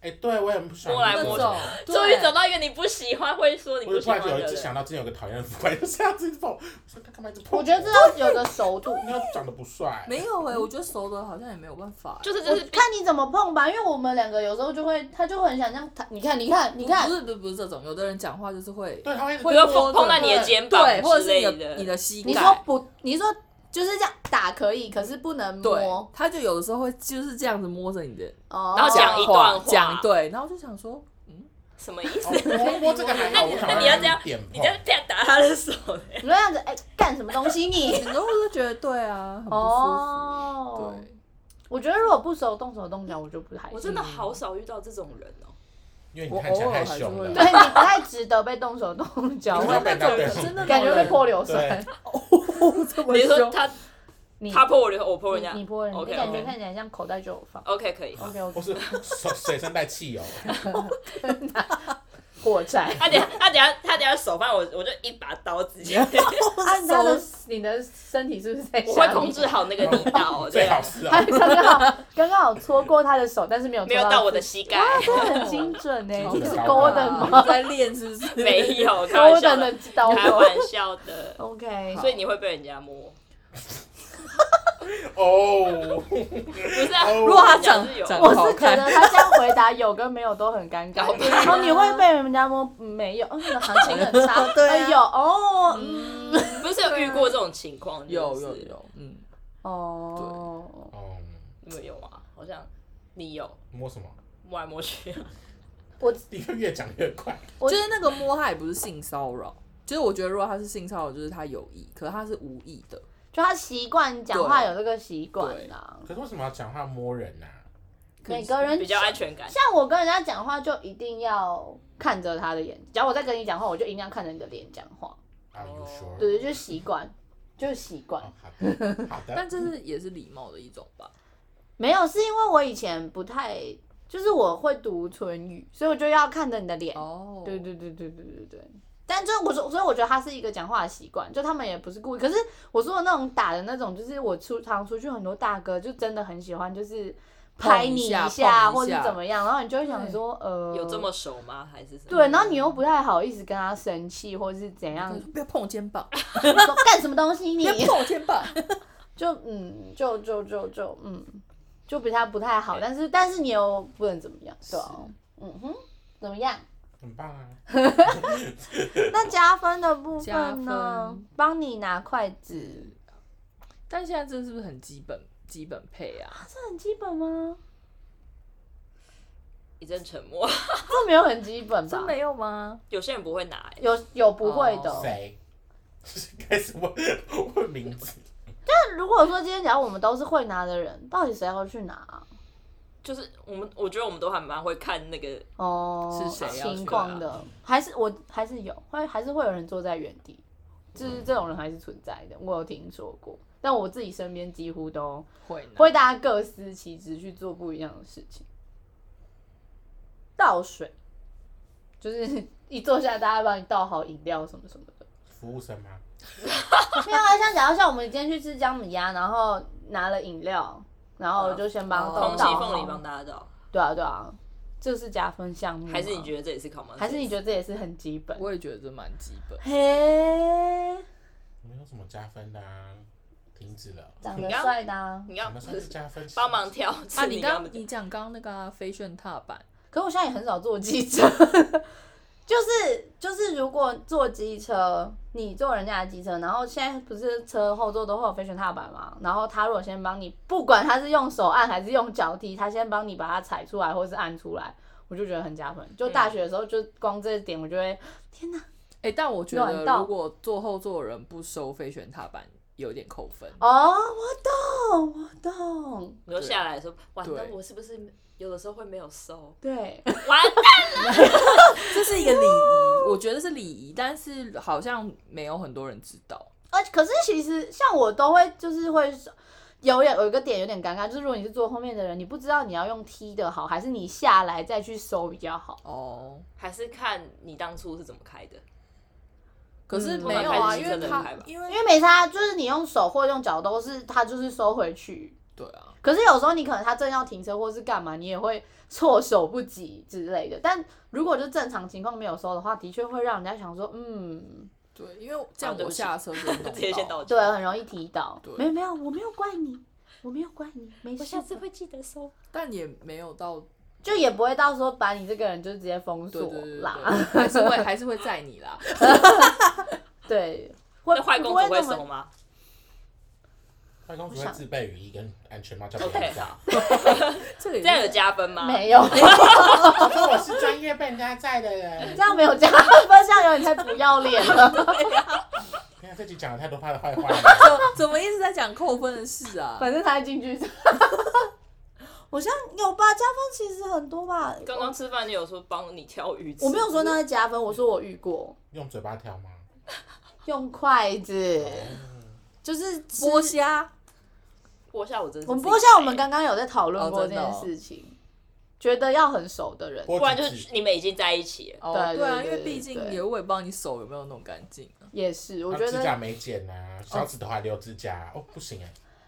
[SPEAKER 2] 哎，对我也很不喜欢
[SPEAKER 3] 摸来
[SPEAKER 6] 这
[SPEAKER 3] 摸
[SPEAKER 2] 这
[SPEAKER 3] 去
[SPEAKER 2] 种
[SPEAKER 6] 种，
[SPEAKER 3] 终于
[SPEAKER 6] 对
[SPEAKER 3] 找到一个你不喜欢会说你
[SPEAKER 2] 我
[SPEAKER 3] 不
[SPEAKER 2] 就
[SPEAKER 3] 喜
[SPEAKER 2] 突
[SPEAKER 3] 欢
[SPEAKER 2] 然
[SPEAKER 3] 的
[SPEAKER 2] 有一次
[SPEAKER 3] 人。
[SPEAKER 2] 想到之前有个讨厌的富贵，就这样子碰，我说他干嘛一直碰？
[SPEAKER 5] 我觉得这要有个熟 度，
[SPEAKER 2] 你要长得不帅，
[SPEAKER 6] 没有哎、我觉得熟的好像也没有办法、
[SPEAKER 3] 就是
[SPEAKER 5] 我
[SPEAKER 3] 就是
[SPEAKER 5] 看你怎么碰吧，因为我们两个有时候就会，他就会很想这样，他你看，你看，你看
[SPEAKER 6] 不，是不是不是这种，有的人讲话就是会
[SPEAKER 2] 对，他会一直
[SPEAKER 3] 会碰
[SPEAKER 6] 摸着
[SPEAKER 3] 碰到你的肩膀
[SPEAKER 6] 对，或者
[SPEAKER 3] 之
[SPEAKER 6] 是你
[SPEAKER 3] 类的
[SPEAKER 6] 你的膝
[SPEAKER 5] 你说
[SPEAKER 6] 盖，
[SPEAKER 5] 不，你说就是这样打可以，可是不能
[SPEAKER 6] 对
[SPEAKER 5] 摸，
[SPEAKER 6] 他就有的时候会就是这样子摸着你的
[SPEAKER 5] 哦。
[SPEAKER 3] 然后讲一段话
[SPEAKER 6] 讲对，然后就想说，嗯，
[SPEAKER 3] 什么意思？
[SPEAKER 2] 哦摸摸这个还好，我想
[SPEAKER 3] 那你要这样
[SPEAKER 2] 点
[SPEAKER 3] 你
[SPEAKER 2] 碰
[SPEAKER 3] 在，这样打他的手、欸，
[SPEAKER 5] 你说这样子，哎，干什么东西 你？
[SPEAKER 6] 然后我就觉得对啊，很不舒
[SPEAKER 5] 哦
[SPEAKER 6] 服，，
[SPEAKER 5] 我觉得如果不熟动手动脚，我就不太
[SPEAKER 3] 我
[SPEAKER 5] 行。
[SPEAKER 3] 真的好少遇到这种人哦、
[SPEAKER 2] 因为你看起来太凶
[SPEAKER 6] 我偶尔还是
[SPEAKER 5] 对
[SPEAKER 2] 了
[SPEAKER 6] 会，
[SPEAKER 5] 你不太值得被动手动脚，
[SPEAKER 2] 你
[SPEAKER 5] 我
[SPEAKER 2] 会被他对
[SPEAKER 6] 对，真的
[SPEAKER 5] 感觉被泼
[SPEAKER 6] 流，
[SPEAKER 5] 硫酸。
[SPEAKER 6] 这么
[SPEAKER 3] 你
[SPEAKER 2] 哦
[SPEAKER 3] 说
[SPEAKER 6] 凶，
[SPEAKER 3] 他
[SPEAKER 5] 你
[SPEAKER 3] 他泼我流，我泼人
[SPEAKER 5] 你
[SPEAKER 3] 家
[SPEAKER 5] 你泼人，你
[SPEAKER 3] OK，
[SPEAKER 5] 感觉
[SPEAKER 3] OK
[SPEAKER 5] 看起来像口袋就有 放。
[SPEAKER 3] ，OK 可以。。
[SPEAKER 5] OK
[SPEAKER 2] 我
[SPEAKER 5] OK，
[SPEAKER 2] 是手随身带哦汽油，
[SPEAKER 5] 火柴
[SPEAKER 3] 他等下他等下他等下手放我，我就一把刀 直接，
[SPEAKER 5] 按他的啊你的身体是不是在？
[SPEAKER 3] 我会控制。好那个力道，
[SPEAKER 2] 最
[SPEAKER 3] 对，啊
[SPEAKER 2] 好是
[SPEAKER 5] 他
[SPEAKER 2] 哦，
[SPEAKER 5] 刚刚好刚刚好戳过他的手，但是没有
[SPEAKER 3] 没
[SPEAKER 5] 戳
[SPEAKER 3] 有到我
[SPEAKER 5] 自
[SPEAKER 3] 的
[SPEAKER 5] 己。
[SPEAKER 3] 膝盖，
[SPEAKER 5] 真的很精准 呢，
[SPEAKER 2] 精
[SPEAKER 5] 你
[SPEAKER 2] 准
[SPEAKER 5] 是
[SPEAKER 2] 高
[SPEAKER 5] 勾
[SPEAKER 2] 我
[SPEAKER 5] 的
[SPEAKER 6] 啊
[SPEAKER 5] 吗？
[SPEAKER 6] 你在练是不是？
[SPEAKER 3] 没 有，开
[SPEAKER 5] 勾
[SPEAKER 3] 玩笑
[SPEAKER 5] 的
[SPEAKER 3] 的，
[SPEAKER 5] 的刀
[SPEAKER 3] 开
[SPEAKER 5] 我。
[SPEAKER 3] 玩笑的，
[SPEAKER 5] OK，
[SPEAKER 3] 所以你会被人家摸，
[SPEAKER 2] 哦，
[SPEAKER 3] 不是啊？
[SPEAKER 2] 哦
[SPEAKER 6] 如果他长
[SPEAKER 3] 讲是有
[SPEAKER 6] 长
[SPEAKER 5] 我
[SPEAKER 6] 得好
[SPEAKER 5] 是觉
[SPEAKER 6] 看
[SPEAKER 5] 得，他这样回答有跟没有都很尴 尬。然啊后你会被人家摸嗯没有？嗯，你的行情很差。
[SPEAKER 6] 对啊
[SPEAKER 5] 哎呦哦，嗯
[SPEAKER 3] 不是有遇过这种情况？
[SPEAKER 6] 有
[SPEAKER 3] 就是
[SPEAKER 6] 有有，嗯，
[SPEAKER 5] 哦，
[SPEAKER 2] 哦，
[SPEAKER 3] 你们有啊？好像你有
[SPEAKER 2] 摸什么？
[SPEAKER 3] 摸来摸去，啊
[SPEAKER 2] 你会越讲越快，
[SPEAKER 5] 我
[SPEAKER 6] 就是那个摸他也不是性骚扰，就是我觉得如果他是性骚扰，就是他有意，可是他是无意的，
[SPEAKER 5] 就他习惯讲话有这个习惯啦。
[SPEAKER 2] 可是为什么要讲话摸人啊呐？
[SPEAKER 5] 每个人
[SPEAKER 3] 比较安全感。
[SPEAKER 5] 像我跟人家讲话就一定要看着他的眼睛，假如我在跟你讲话，我就一定要看着你的脸讲话。
[SPEAKER 2] Are you
[SPEAKER 5] 对
[SPEAKER 2] sure？哦
[SPEAKER 5] 对，就是习惯，就是习惯。
[SPEAKER 2] 好的，好的
[SPEAKER 6] 但。这是也是礼貌的一种吧。
[SPEAKER 5] 没有，是因为我以前不太，就是我会读唇语，所以我就要看着你的脸。
[SPEAKER 6] 哦，
[SPEAKER 5] 哎对对对对对对对。但就我说，所以我觉得他是一个讲话的习惯，就他们也不是故意。可是我说的那种打的那种，就是我出常出去很多大哥就真的很喜欢，就是拍你
[SPEAKER 6] 碰一下碰一
[SPEAKER 5] 或者
[SPEAKER 6] 下
[SPEAKER 5] 怎么样，然后你就会想说，呃，
[SPEAKER 3] 有这么熟吗？还是什么
[SPEAKER 5] 对，然后你又不太好意思跟他生气，或者是怎样
[SPEAKER 6] 他，说不要碰我肩膀，
[SPEAKER 5] 说干什么东西
[SPEAKER 6] 不
[SPEAKER 5] 你
[SPEAKER 6] 要碰我肩膀。
[SPEAKER 5] 就嗯就就就就嗯就比他不太好，但是但是你又不能怎么样，对啊，嗯哼，怎么样？
[SPEAKER 2] 很棒啊！
[SPEAKER 5] 那加分的部
[SPEAKER 6] 加
[SPEAKER 5] 分呢
[SPEAKER 6] 分？
[SPEAKER 5] 帮你拿筷子，
[SPEAKER 6] 但现在这是不是很基本基本配啊？
[SPEAKER 5] 这很基本吗？
[SPEAKER 3] 一阵沉默，
[SPEAKER 5] 这没有很基本吧？
[SPEAKER 6] 有吗？
[SPEAKER 3] 有些人不会拿、欸，
[SPEAKER 5] 有有不会的。
[SPEAKER 6] 哦
[SPEAKER 2] 谁？开始问问名字，
[SPEAKER 5] 那如果说今天假如我们都是会拿的人，到底谁要去拿啊？
[SPEAKER 3] 就是我们，我觉得我们都还蛮会看那个，
[SPEAKER 5] 哦，
[SPEAKER 6] 是谁要去
[SPEAKER 5] 情况
[SPEAKER 6] 拿
[SPEAKER 5] 的，还是我还是有，会还是会有人坐在原地，
[SPEAKER 6] 嗯
[SPEAKER 5] 就是这种人还是存在的，我有听说过，但我自己身边几乎都
[SPEAKER 6] 会拿
[SPEAKER 5] 会大家各司其职去做不一样的事情。倒水，就是一坐下大家帮你倒好饮料什么什么的。
[SPEAKER 2] 服务生吗？
[SPEAKER 5] 没有啊，像假如像我们今天去吃姜母鸭，然后拿了饮料，然后我就先帮他
[SPEAKER 6] 哦
[SPEAKER 5] 倒
[SPEAKER 3] 空气
[SPEAKER 5] 好
[SPEAKER 3] 凤梨帮大家倒，
[SPEAKER 5] 对啊对啊，这是加分项目啊。
[SPEAKER 3] 还是你觉得这也是考吗？
[SPEAKER 5] 还是你觉得这也是很基本？
[SPEAKER 6] 我也觉得这蛮基本。
[SPEAKER 5] 嘿，
[SPEAKER 2] 没有什么加分的啊，停止了。
[SPEAKER 5] 长
[SPEAKER 3] 你
[SPEAKER 5] 得
[SPEAKER 3] 刚
[SPEAKER 5] 帅的啊、
[SPEAKER 3] 你
[SPEAKER 2] 什
[SPEAKER 3] 要
[SPEAKER 2] 么算是加分？
[SPEAKER 3] 帮忙挑
[SPEAKER 6] 啊，
[SPEAKER 3] 是
[SPEAKER 6] 你
[SPEAKER 3] 刚
[SPEAKER 6] 刚你讲刚刚那个啊飞旋踏板，
[SPEAKER 5] 可我现在也很少坐机车， 就是就是，如果坐机车，你坐人家的机车，然后现在不是车后座都会有飞旋踏板嘛，然后他如果先帮你，不管他是用手按还是用脚踢，他先帮你把它踩出来或是按出来，我就觉得很加分。就大学的时候，就光这一点，我就会天哪，
[SPEAKER 6] 哎、但我觉得
[SPEAKER 5] 乱倒
[SPEAKER 6] 如果坐后座的人不收飞旋踏板，有一点扣分。
[SPEAKER 5] 哦，我懂，我懂，
[SPEAKER 3] 你就下来说，完
[SPEAKER 6] 对
[SPEAKER 3] 蛋，我是不是有的时候会没有收？
[SPEAKER 5] 对，
[SPEAKER 3] 完蛋，
[SPEAKER 6] 这是一个礼仪，我觉得是礼仪，但是好像没有很多人知道。
[SPEAKER 5] 而可是其实像我都会就是会有有有一个点有点尴尬，就是如果你是坐后面的人，你不知道你要用踢的好，还是你下来再去收比较好。
[SPEAKER 6] 哦，
[SPEAKER 3] 还是看你当初是怎么开的。
[SPEAKER 6] 可是
[SPEAKER 5] 嗯
[SPEAKER 6] 没有啊，
[SPEAKER 3] 我们还是
[SPEAKER 6] 因为
[SPEAKER 3] 真人
[SPEAKER 6] 他
[SPEAKER 3] 牌吧
[SPEAKER 6] 因为
[SPEAKER 5] 因为没差，就是你用手或用脚都是，他就是收回去。
[SPEAKER 6] 对啊，
[SPEAKER 5] 可是有时候你可能他正要停车或是干嘛，你也会措手不及之类的。但如果就正常情况没有收的话，的确会让人家想说，嗯，
[SPEAKER 6] 对，因为这样
[SPEAKER 3] 啊对
[SPEAKER 6] 我
[SPEAKER 3] 不起
[SPEAKER 6] 下车就会弄到
[SPEAKER 3] 直接先道歉。
[SPEAKER 5] 对，啊很容易提到
[SPEAKER 6] 对。
[SPEAKER 5] 没有没有，我没有怪你，我没有怪你，没事。
[SPEAKER 3] 会记得 收。
[SPEAKER 6] 但也没有到
[SPEAKER 5] 就也不会到时候把你这个人就直接封
[SPEAKER 6] 对
[SPEAKER 5] 锁
[SPEAKER 6] 对对对，
[SPEAKER 5] 啦。
[SPEAKER 6] 对还是会还是会载你啦。
[SPEAKER 5] 对，会
[SPEAKER 3] 那坏公主会收吗？
[SPEAKER 2] 外公只
[SPEAKER 5] 我
[SPEAKER 2] 会
[SPEAKER 5] 想
[SPEAKER 2] 自备雨衣跟安全帽，叫别
[SPEAKER 3] OK，
[SPEAKER 2] 人
[SPEAKER 3] 好
[SPEAKER 2] 上。，
[SPEAKER 6] 这个
[SPEAKER 3] 这
[SPEAKER 6] 也是
[SPEAKER 3] 样有加分 吗？
[SPEAKER 5] 没 有，
[SPEAKER 2] 我说我是专业被人家载的 人
[SPEAKER 5] 这。样没有加分，这样有点太不要脸了。
[SPEAKER 2] 你看这集讲了太多他的坏话了。
[SPEAKER 6] 怎怎么一直在讲扣分的事 啊？
[SPEAKER 5] 反正他进去，我像有吧，加分其实很多吧。
[SPEAKER 3] 刚刚吃饭你有说帮你挑鱼刺，
[SPEAKER 5] 我没有说那是加分，我说我遇过
[SPEAKER 2] 用嘴巴挑吗？
[SPEAKER 5] 用筷子，就是吃
[SPEAKER 6] 剥虾，
[SPEAKER 3] 剥虾，我真的是
[SPEAKER 5] 我们
[SPEAKER 3] 自己
[SPEAKER 5] 剥虾，我们刚刚有在讨
[SPEAKER 6] 哦
[SPEAKER 5] 论过这
[SPEAKER 6] 真的
[SPEAKER 5] 件
[SPEAKER 6] 哦
[SPEAKER 5] 事情，觉得要很熟的人
[SPEAKER 2] 剥
[SPEAKER 3] 不然就
[SPEAKER 2] 橘
[SPEAKER 3] 是
[SPEAKER 2] 子
[SPEAKER 3] 你们已经在一起了。
[SPEAKER 6] 哦
[SPEAKER 5] 对
[SPEAKER 6] 对啊，
[SPEAKER 5] 对对
[SPEAKER 6] 因为毕竟
[SPEAKER 5] 对
[SPEAKER 6] 也我也不知道你手有没有弄干净啊。
[SPEAKER 5] 也是，我
[SPEAKER 2] 然
[SPEAKER 5] 觉
[SPEAKER 2] 后指甲
[SPEAKER 5] 得
[SPEAKER 2] 没剪啊，小指头还留指甲啊，哦不行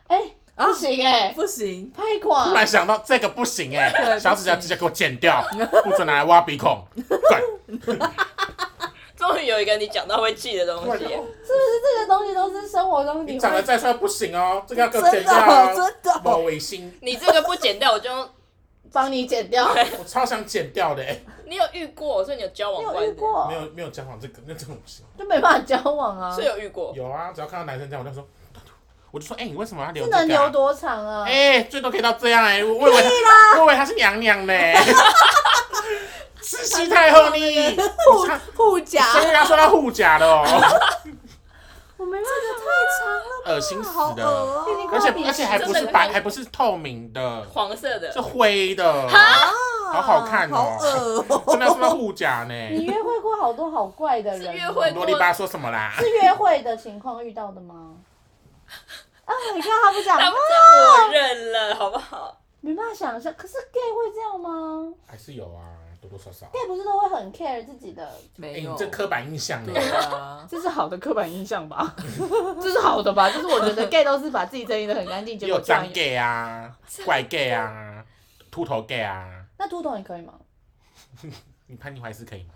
[SPEAKER 2] 哎，
[SPEAKER 5] 不行哎，
[SPEAKER 6] 不行，
[SPEAKER 5] 太
[SPEAKER 2] 突
[SPEAKER 5] 狂
[SPEAKER 2] 然想到这个不行哎，
[SPEAKER 6] 对
[SPEAKER 2] 小指甲
[SPEAKER 6] 不行
[SPEAKER 2] 直接给我剪掉，不准拿来挖鼻孔，滚！
[SPEAKER 3] 终于有一个你讲到会记的
[SPEAKER 2] 突
[SPEAKER 3] 东
[SPEAKER 2] 然
[SPEAKER 3] 西
[SPEAKER 2] 就，哦
[SPEAKER 5] 这个东西都是生活中
[SPEAKER 2] 你
[SPEAKER 5] 你
[SPEAKER 2] 长得
[SPEAKER 5] 会
[SPEAKER 2] 再帅不行哦，这个要给我剪
[SPEAKER 6] 真的
[SPEAKER 2] 掉哦，
[SPEAKER 6] 真的，
[SPEAKER 2] 某违心，
[SPEAKER 3] 你这个不剪掉，我就用
[SPEAKER 5] 帮你剪掉。
[SPEAKER 2] 我超想剪掉的哎，
[SPEAKER 3] 你有遇过，所以你有交往
[SPEAKER 5] 你有
[SPEAKER 3] 过
[SPEAKER 5] 遇，过
[SPEAKER 2] 没？有没有交往这个，那这种不行。
[SPEAKER 5] 就没办法交往啊
[SPEAKER 3] 所，以有遇过。
[SPEAKER 2] 有啊，只要看到男生这样，我就说，我就说，哎，你为什么要留
[SPEAKER 5] 不
[SPEAKER 2] 指甲？
[SPEAKER 5] 能留多长啊？
[SPEAKER 2] 哎、最多可以到这样哎、我我以为我以为她是娘娘呢、 慈禧太后呢？你
[SPEAKER 5] 护
[SPEAKER 2] 差
[SPEAKER 5] 护甲，
[SPEAKER 2] 所以她说她护甲的哦，
[SPEAKER 5] 我没办法，
[SPEAKER 2] 恶心死
[SPEAKER 6] 好恶
[SPEAKER 2] 了，
[SPEAKER 5] 太
[SPEAKER 6] 哦
[SPEAKER 5] 长了，已经
[SPEAKER 2] 而
[SPEAKER 5] 快
[SPEAKER 2] 且
[SPEAKER 5] 比
[SPEAKER 2] 而且还不是
[SPEAKER 3] 真的
[SPEAKER 2] 白，
[SPEAKER 3] 可以
[SPEAKER 2] 还不是透明的，
[SPEAKER 3] 黄色的
[SPEAKER 2] 是，灰的，好好看
[SPEAKER 6] 好
[SPEAKER 2] 哦，
[SPEAKER 6] 恶哦。
[SPEAKER 2] 真的是护甲呢。
[SPEAKER 5] 你约会过好多好怪的人
[SPEAKER 3] 是
[SPEAKER 5] 哦，
[SPEAKER 3] 约会
[SPEAKER 2] 啰
[SPEAKER 3] 过
[SPEAKER 2] 里，吧嗦什么啦？
[SPEAKER 5] 是约会的情况遇到的吗？啊，你看他不讲
[SPEAKER 3] 他
[SPEAKER 5] 话
[SPEAKER 3] 不，默认了，好不好？
[SPEAKER 5] 没办法想象。可是 gay 会这样吗
[SPEAKER 2] 还是有啊，多多少少。
[SPEAKER 5] ？gay 不是都会很 care 自己的，
[SPEAKER 2] 哎、
[SPEAKER 6] 没
[SPEAKER 2] 你
[SPEAKER 6] 有
[SPEAKER 2] 这刻板印象呢欸
[SPEAKER 6] 对？啊，
[SPEAKER 5] 这是好的刻板印象吧？ 这是好的吧？就是我觉得 gay 都是把自己整理的很干净，
[SPEAKER 2] 也
[SPEAKER 5] 结
[SPEAKER 2] 有
[SPEAKER 5] 果
[SPEAKER 2] 脏 gay 啊，怪 gay 啊，秃头 gay 啊，
[SPEAKER 5] 那秃头你可以吗？
[SPEAKER 2] 你潘妮怀斯可以吗？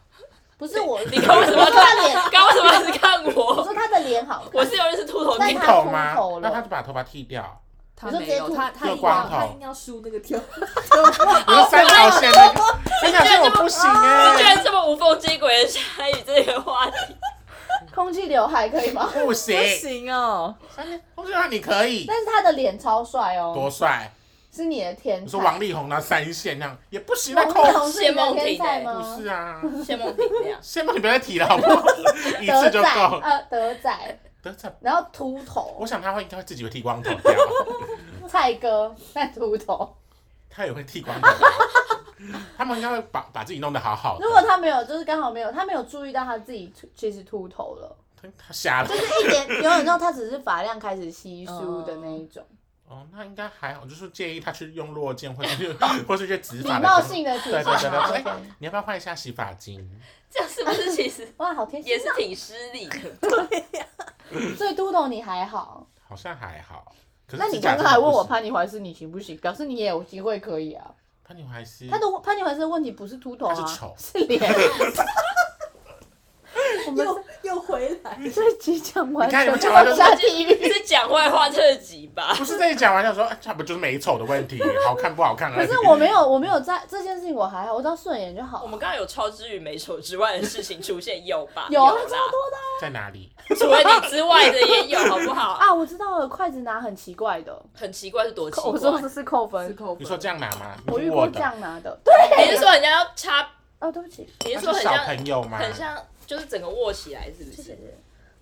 [SPEAKER 5] 不是我，
[SPEAKER 3] 你看为什么
[SPEAKER 5] 我说他 脸，
[SPEAKER 3] 刚刚为什么要一直看
[SPEAKER 5] 我
[SPEAKER 3] 我？
[SPEAKER 5] 说他的脸好看，
[SPEAKER 3] 我是有认识秃头
[SPEAKER 5] 但
[SPEAKER 3] 的
[SPEAKER 2] 秃
[SPEAKER 5] 他
[SPEAKER 2] 头吗哦
[SPEAKER 5] 秃头？了
[SPEAKER 2] 那他就把头发剃掉。
[SPEAKER 6] 他
[SPEAKER 5] 你说
[SPEAKER 6] 没
[SPEAKER 5] 直
[SPEAKER 6] 有，
[SPEAKER 5] 接
[SPEAKER 6] 他他
[SPEAKER 2] 剃
[SPEAKER 6] 一定
[SPEAKER 2] 光
[SPEAKER 6] 要
[SPEAKER 2] 头
[SPEAKER 6] 他一定要梳那 个条，
[SPEAKER 2] 你说三条线那个，三条线我不行
[SPEAKER 3] 居
[SPEAKER 2] 哎、
[SPEAKER 3] 然这么无缝接轨的参与这个话题，
[SPEAKER 5] 空气刘海可以吗？
[SPEAKER 2] 欸不
[SPEAKER 6] 不
[SPEAKER 2] 行。
[SPEAKER 6] 行哦。
[SPEAKER 2] 我说你可以，
[SPEAKER 5] 但是他的脸超帅哦，
[SPEAKER 2] 多帅！
[SPEAKER 5] 是你的天
[SPEAKER 2] 你
[SPEAKER 5] 才。
[SPEAKER 2] 说王力宏那三线那样也不行，那
[SPEAKER 5] 王
[SPEAKER 2] 扣
[SPEAKER 5] 力宏是你
[SPEAKER 3] 谢梦
[SPEAKER 5] 的
[SPEAKER 3] 婷
[SPEAKER 5] 天才
[SPEAKER 3] 欸
[SPEAKER 5] 吗？
[SPEAKER 2] 不是啊。
[SPEAKER 3] 谢梦婷那样，
[SPEAKER 2] 先把你不要再提了，好不 好？一次
[SPEAKER 5] 德
[SPEAKER 2] 就
[SPEAKER 5] 仔，
[SPEAKER 2] 够。
[SPEAKER 5] 呃，德仔，
[SPEAKER 2] 德仔，
[SPEAKER 5] 然后秃头
[SPEAKER 2] 我，想他会应该会自己会剃光头掉，
[SPEAKER 5] 蔡哥，那秃头。
[SPEAKER 2] 他也会剃光头。他们应该会把把自己弄得好好的。
[SPEAKER 5] 如果他没有，就是刚好没有，他没有注意到他自己秃其实秃头了，
[SPEAKER 2] 他他瞎了
[SPEAKER 5] 就，是一点，有点像他只是发量开始
[SPEAKER 3] 嗯
[SPEAKER 5] 稀疏的那一种，
[SPEAKER 2] 哦，那应该还好，就是建议他去用落剑 或者去或是一些直
[SPEAKER 5] 礼
[SPEAKER 2] 发
[SPEAKER 5] 貌
[SPEAKER 2] 的。
[SPEAKER 5] 性的提
[SPEAKER 2] 对对
[SPEAKER 5] 醒
[SPEAKER 2] 对
[SPEAKER 5] 他。
[SPEAKER 2] 对对，
[SPEAKER 5] OK
[SPEAKER 2] 哎，你要不要换一下洗发精？
[SPEAKER 3] 这样是不是其实
[SPEAKER 5] 哇，好贴
[SPEAKER 3] 也
[SPEAKER 5] 心！
[SPEAKER 3] 是挺失礼的？
[SPEAKER 5] 所以秃头你还好，
[SPEAKER 2] 好像还好。可是
[SPEAKER 5] 那你
[SPEAKER 2] 指甲
[SPEAKER 5] 刚刚还
[SPEAKER 2] 真的
[SPEAKER 5] 问
[SPEAKER 2] 不
[SPEAKER 5] 我
[SPEAKER 2] 行
[SPEAKER 5] 潘妮怀斯你行不行，表示你也有机会可以啊。
[SPEAKER 2] 潘妮怀斯，
[SPEAKER 5] 他的潘妮怀斯的问题不是秃头
[SPEAKER 2] 嗯他
[SPEAKER 5] 啊
[SPEAKER 2] 是丑，
[SPEAKER 5] 是 脸。我们
[SPEAKER 6] 又回 来，
[SPEAKER 5] 这集讲完
[SPEAKER 2] 你看你
[SPEAKER 5] 全
[SPEAKER 2] 们讲完就
[SPEAKER 5] 放
[SPEAKER 2] 是
[SPEAKER 5] 下地狱。
[SPEAKER 3] 是讲坏话特辑吧？
[SPEAKER 2] 不是在讲玩笑说，哎他不就是美丑的问 题，好看不好看而
[SPEAKER 5] 可
[SPEAKER 2] 已。
[SPEAKER 5] 是我没有，我没有在这件事情我还好，我只要顺眼就好。
[SPEAKER 3] 我们刚刚有超之于美丑之外的事情出现，有吧？
[SPEAKER 5] 有啊
[SPEAKER 3] 啦，
[SPEAKER 5] 超多的
[SPEAKER 2] 在哪里？
[SPEAKER 3] 除了你之外的也有，好不好？
[SPEAKER 5] 啊，我知道了，筷子拿很奇怪的，
[SPEAKER 3] 很奇怪是多奇
[SPEAKER 5] 我说
[SPEAKER 3] 怪
[SPEAKER 5] 这？是扣
[SPEAKER 6] 是
[SPEAKER 5] 分，
[SPEAKER 6] 扣
[SPEAKER 2] 你
[SPEAKER 6] 分。
[SPEAKER 2] 说这样拿吗？
[SPEAKER 5] 我遇
[SPEAKER 2] 你
[SPEAKER 5] 过
[SPEAKER 2] 握
[SPEAKER 5] 这
[SPEAKER 2] 的，
[SPEAKER 5] 样拿的，对，
[SPEAKER 3] 你是说人家要插？
[SPEAKER 5] 哦，对不起，
[SPEAKER 3] 你
[SPEAKER 2] 他
[SPEAKER 3] 是说
[SPEAKER 2] 是
[SPEAKER 3] 很
[SPEAKER 2] 小
[SPEAKER 3] 像
[SPEAKER 2] 朋友吗？
[SPEAKER 3] 很像，就是整个握起来，是不是？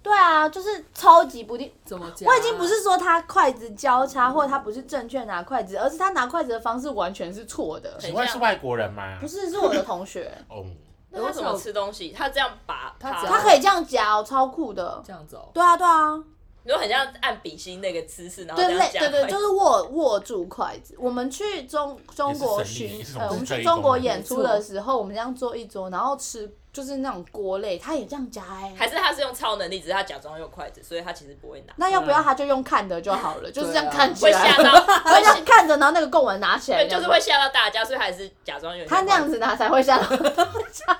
[SPEAKER 5] 对啊，就是超级不定。
[SPEAKER 6] 怎么讲？
[SPEAKER 5] 我已经不是说他筷子交叉，或者他不是正确拿筷子，而是他拿筷子的方式完全是错的。
[SPEAKER 2] 请问是外国人吗？
[SPEAKER 5] 不是，是我的同学，
[SPEAKER 2] 哦，
[SPEAKER 3] 那他怎么吃东西？他这样拔
[SPEAKER 6] 他
[SPEAKER 3] 它
[SPEAKER 6] 只要
[SPEAKER 5] 他可以这样夹、哦，超酷的
[SPEAKER 6] 这。样子哦。
[SPEAKER 5] 对啊，对啊，
[SPEAKER 3] 你就很像按比心那个姿势，然后
[SPEAKER 5] 对
[SPEAKER 3] 这
[SPEAKER 5] 类
[SPEAKER 3] 样夹
[SPEAKER 5] 对对，
[SPEAKER 3] 筷子
[SPEAKER 5] 就是握握住筷子。我们去中中国
[SPEAKER 2] 也
[SPEAKER 5] 巡
[SPEAKER 2] 是神力
[SPEAKER 5] 呃，我们去中国演出的时候，我们这样坐一桌，然后吃就是那种锅类，他也这样夹哎、
[SPEAKER 3] 还是他是用超能力，只是他假装用筷子，所以他其实不会拿，
[SPEAKER 5] 那要不要他就用看的就好了，就是这样看
[SPEAKER 6] 嗯
[SPEAKER 5] 起
[SPEAKER 3] 啊会
[SPEAKER 5] 来，
[SPEAKER 3] 吓到，
[SPEAKER 5] 他 会这样看着，然后那个贡丸拿起来
[SPEAKER 3] 对，
[SPEAKER 5] 这样
[SPEAKER 3] 就
[SPEAKER 5] 子，
[SPEAKER 3] 是会吓到大家，所以还是假装用。
[SPEAKER 5] 他那样子拿才会吓到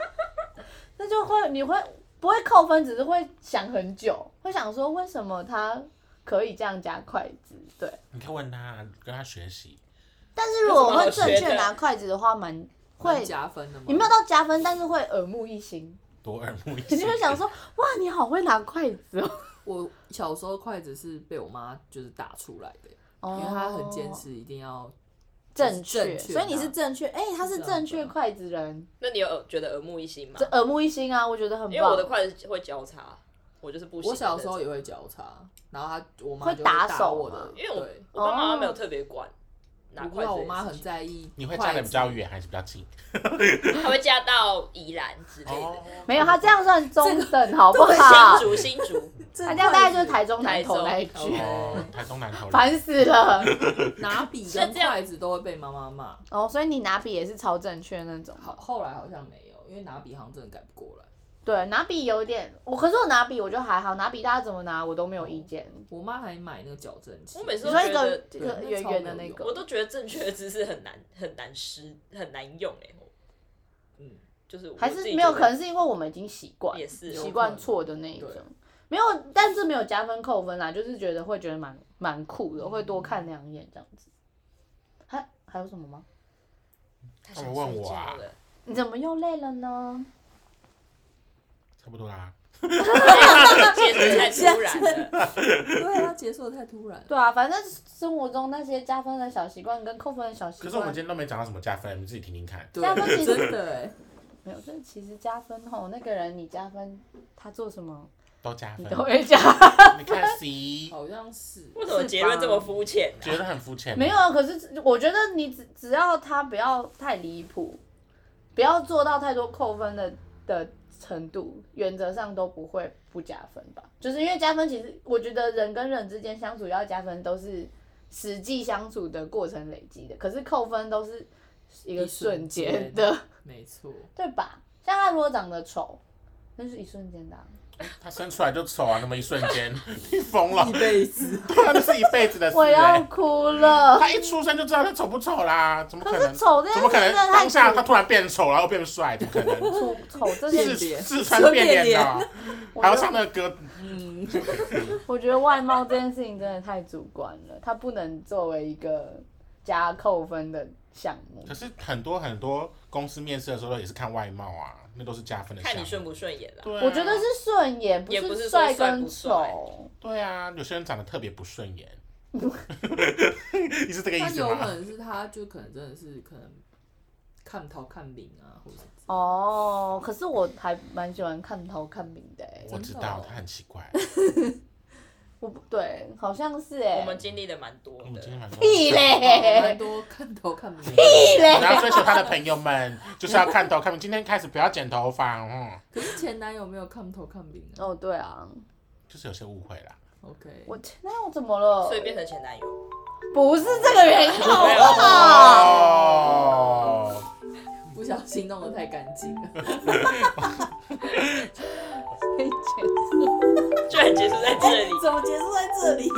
[SPEAKER 5] 那就会你会不会扣分，只是会想很久，会想说为什么他可以这样夹筷子？对，
[SPEAKER 2] 你可以问他，跟他学习。
[SPEAKER 5] 但是如果我会
[SPEAKER 3] 有什
[SPEAKER 5] 正
[SPEAKER 3] 么好学的
[SPEAKER 5] 确拿筷子的话，蛮
[SPEAKER 6] 会
[SPEAKER 5] 会
[SPEAKER 6] 加分的吗？
[SPEAKER 5] 你没有到加分，但是会耳目一新，
[SPEAKER 2] 多耳目一
[SPEAKER 5] 你
[SPEAKER 2] 新，
[SPEAKER 5] 就会想说哇，你好会拿筷子哦。
[SPEAKER 6] 我小时候筷子是被我妈就是打出来的，因
[SPEAKER 5] 因
[SPEAKER 6] 为她很坚持一定要
[SPEAKER 5] 哦正
[SPEAKER 6] 正
[SPEAKER 5] 确，
[SPEAKER 3] 啊
[SPEAKER 6] 确
[SPEAKER 5] 所以你
[SPEAKER 6] 拿
[SPEAKER 5] 是正确，哎、他是正确筷子人，
[SPEAKER 3] 那你有耳觉得耳目一新吗
[SPEAKER 5] 这？耳目一新啊，我觉得很棒。
[SPEAKER 3] 因为我的筷子会交叉，我就是不行。
[SPEAKER 6] 我小时候，也会交叉，然后她我妈
[SPEAKER 5] 会
[SPEAKER 6] 就
[SPEAKER 5] 打
[SPEAKER 6] 打
[SPEAKER 5] 手
[SPEAKER 6] 我
[SPEAKER 5] 吗
[SPEAKER 6] 的，
[SPEAKER 3] 因为我
[SPEAKER 6] 对
[SPEAKER 3] 我爸妈没有特别管拿
[SPEAKER 6] 我不
[SPEAKER 3] 筷
[SPEAKER 6] 知
[SPEAKER 3] 子这件事
[SPEAKER 6] 道
[SPEAKER 3] 情，
[SPEAKER 6] 我妈很在意筷子，
[SPEAKER 2] 你会站的比较远还是比较近？
[SPEAKER 3] 她会嫁到宜兰之类
[SPEAKER 6] 哦
[SPEAKER 3] 的。
[SPEAKER 5] 没有，他这样算中等，好不好
[SPEAKER 3] 新？竹，新 竹，
[SPEAKER 6] 这
[SPEAKER 5] 他
[SPEAKER 6] 筷
[SPEAKER 5] 这
[SPEAKER 6] 子，
[SPEAKER 5] 样大概就是台中南投那一
[SPEAKER 6] 台
[SPEAKER 5] 句
[SPEAKER 6] 中，
[SPEAKER 2] 哦，台中南头人，
[SPEAKER 5] 烦死了。
[SPEAKER 6] 拿笔
[SPEAKER 3] 是
[SPEAKER 6] 跟
[SPEAKER 3] 这样
[SPEAKER 6] 筷子都会被妈妈骂。
[SPEAKER 5] 哦，所以你拿笔也是超正确那种。
[SPEAKER 6] 好，后来好像没有，因为拿笔好像真的改不过来。
[SPEAKER 5] 对，拿笔有点，我可是我拿笔我就还好，拿笔大家怎么拿我都没有意见。
[SPEAKER 6] 我妈还买那个矫正器，
[SPEAKER 3] 我每次
[SPEAKER 5] 你
[SPEAKER 3] 都
[SPEAKER 5] 说
[SPEAKER 3] 觉
[SPEAKER 5] 一个
[SPEAKER 3] 得，
[SPEAKER 5] 一个
[SPEAKER 6] 对
[SPEAKER 5] 圆圆的那
[SPEAKER 6] 那超没有
[SPEAKER 5] 个，
[SPEAKER 6] 用
[SPEAKER 3] 我都觉得正确的姿势很难很难施很难用哎，
[SPEAKER 6] 嗯，
[SPEAKER 3] 就是我
[SPEAKER 5] 还
[SPEAKER 3] 自
[SPEAKER 5] 是
[SPEAKER 3] 己
[SPEAKER 5] 没有，
[SPEAKER 3] 觉
[SPEAKER 5] 可
[SPEAKER 3] 得
[SPEAKER 5] 能是因为我们已经习惯，
[SPEAKER 3] 也是
[SPEAKER 5] 习惯错的那一种
[SPEAKER 6] 对。
[SPEAKER 5] 没有，但是没有加分扣分啦，就是觉得会觉得蛮蛮酷的，会多看两眼这样子。还还有什么吗？
[SPEAKER 3] 他
[SPEAKER 2] 他
[SPEAKER 3] 想
[SPEAKER 2] 们问
[SPEAKER 3] 睡
[SPEAKER 2] 我啊
[SPEAKER 3] 觉了
[SPEAKER 5] 你怎么又累了呢？
[SPEAKER 2] 差不多啦。
[SPEAKER 3] 结束太突然了。
[SPEAKER 6] 对啊，结束的太突然了。
[SPEAKER 5] 对啊，反正生活中那些加分的小习惯跟扣分的小习
[SPEAKER 2] 可是我们
[SPEAKER 5] 惯
[SPEAKER 2] 今，天都没讲到什么加分，你们自己听听看。
[SPEAKER 6] 对
[SPEAKER 5] 加分其实
[SPEAKER 6] 真的哎，
[SPEAKER 5] 没有，就是其实加分吼，那个人你加分，他做什么
[SPEAKER 2] 都加
[SPEAKER 5] 你
[SPEAKER 2] 分，
[SPEAKER 5] 都会加。
[SPEAKER 2] 你看 C
[SPEAKER 6] 好像是。
[SPEAKER 3] 为什么结论这么肤浅呢？
[SPEAKER 2] 觉得很肤浅，
[SPEAKER 5] 没有，啊，可是我觉得你只只要他不要太离谱，不要做到太多扣分的的程度，原则上都不会不加分吧。就是因为加分，其实我觉得人跟人之间相处要加分，都是实际相处的过程累积的，可是扣分都是一个
[SPEAKER 6] 一瞬
[SPEAKER 5] 瞬
[SPEAKER 6] 间
[SPEAKER 5] 间的，
[SPEAKER 6] 没错，
[SPEAKER 5] 对吧？像他如果长得丑，那是一瞬间的啊、
[SPEAKER 2] 他生出来就丑啊，那么一瞬间，你疯了
[SPEAKER 6] 一，辈子
[SPEAKER 2] 他那是一辈子的事、
[SPEAKER 5] 我要
[SPEAKER 2] 欸。
[SPEAKER 5] 哭了。
[SPEAKER 2] 他一出生就知道他丑不丑啦，怎么
[SPEAKER 5] 可
[SPEAKER 2] 能
[SPEAKER 5] 是？丑这
[SPEAKER 2] 怎
[SPEAKER 5] 件
[SPEAKER 2] 么
[SPEAKER 5] 事
[SPEAKER 2] 可能
[SPEAKER 5] 真的
[SPEAKER 2] 当下
[SPEAKER 5] 太
[SPEAKER 2] 他突然变丑，然后变帅？怎么可 能？
[SPEAKER 5] 丑丑这件
[SPEAKER 6] 变
[SPEAKER 2] 四
[SPEAKER 5] 事，
[SPEAKER 6] 脸
[SPEAKER 2] 四川变脸的啊，
[SPEAKER 5] 我
[SPEAKER 2] 还要
[SPEAKER 5] 觉得
[SPEAKER 2] 唱那个歌，
[SPEAKER 5] 我觉得外貌这件事情真的太主观了，它不能作为一个加扣分的项目。
[SPEAKER 2] 可是很多很多公司面试的时候也是看外貌啊，那都是加分的项目。
[SPEAKER 3] 看你顺不顺眼啦。
[SPEAKER 2] 对啊、
[SPEAKER 5] 我觉得是顺眼，
[SPEAKER 3] 也不
[SPEAKER 5] 是
[SPEAKER 3] 是说帅
[SPEAKER 5] 跟
[SPEAKER 3] 不帅
[SPEAKER 5] 丑。
[SPEAKER 2] 对啊，有些人长得特别不顺 眼， 你是这个意
[SPEAKER 6] 但
[SPEAKER 2] 思
[SPEAKER 6] 有可
[SPEAKER 2] 吗？
[SPEAKER 6] 能是他就可能真的是可能看头看饼啊，或者是
[SPEAKER 5] 哦，可是我还蛮喜欢看头看饼的、欸，
[SPEAKER 2] 我知
[SPEAKER 6] 真的
[SPEAKER 2] 道
[SPEAKER 6] 哦
[SPEAKER 2] 他很奇 怪，
[SPEAKER 5] 我不对，好像是哎、
[SPEAKER 3] 我们经历的蛮多
[SPEAKER 2] 哦我们今天
[SPEAKER 3] 的，
[SPEAKER 2] 晚上
[SPEAKER 5] 屁
[SPEAKER 6] 蛮
[SPEAKER 5] 嘞，
[SPEAKER 6] 多看头看饼。
[SPEAKER 2] 我要追求他的朋友们，就是要看头看面。今天开始不要剪头发，嗯，
[SPEAKER 6] 可是前男友没有看头看饼啊。
[SPEAKER 5] 哦对啊，
[SPEAKER 2] 就是有些误会啦。
[SPEAKER 6] OK，
[SPEAKER 5] 我前男友怎么了
[SPEAKER 3] 所？以变成前男友。
[SPEAKER 5] 不是这个原因，好不好？
[SPEAKER 2] 哦，
[SPEAKER 6] 不小心弄得太干净了。
[SPEAKER 3] 居然结束在这里。
[SPEAKER 6] 怎么结束在这里？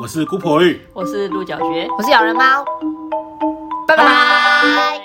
[SPEAKER 2] 我是姑婆玉。
[SPEAKER 3] 我是鹿角蕨。
[SPEAKER 1] 我是咬人猫，拜拜。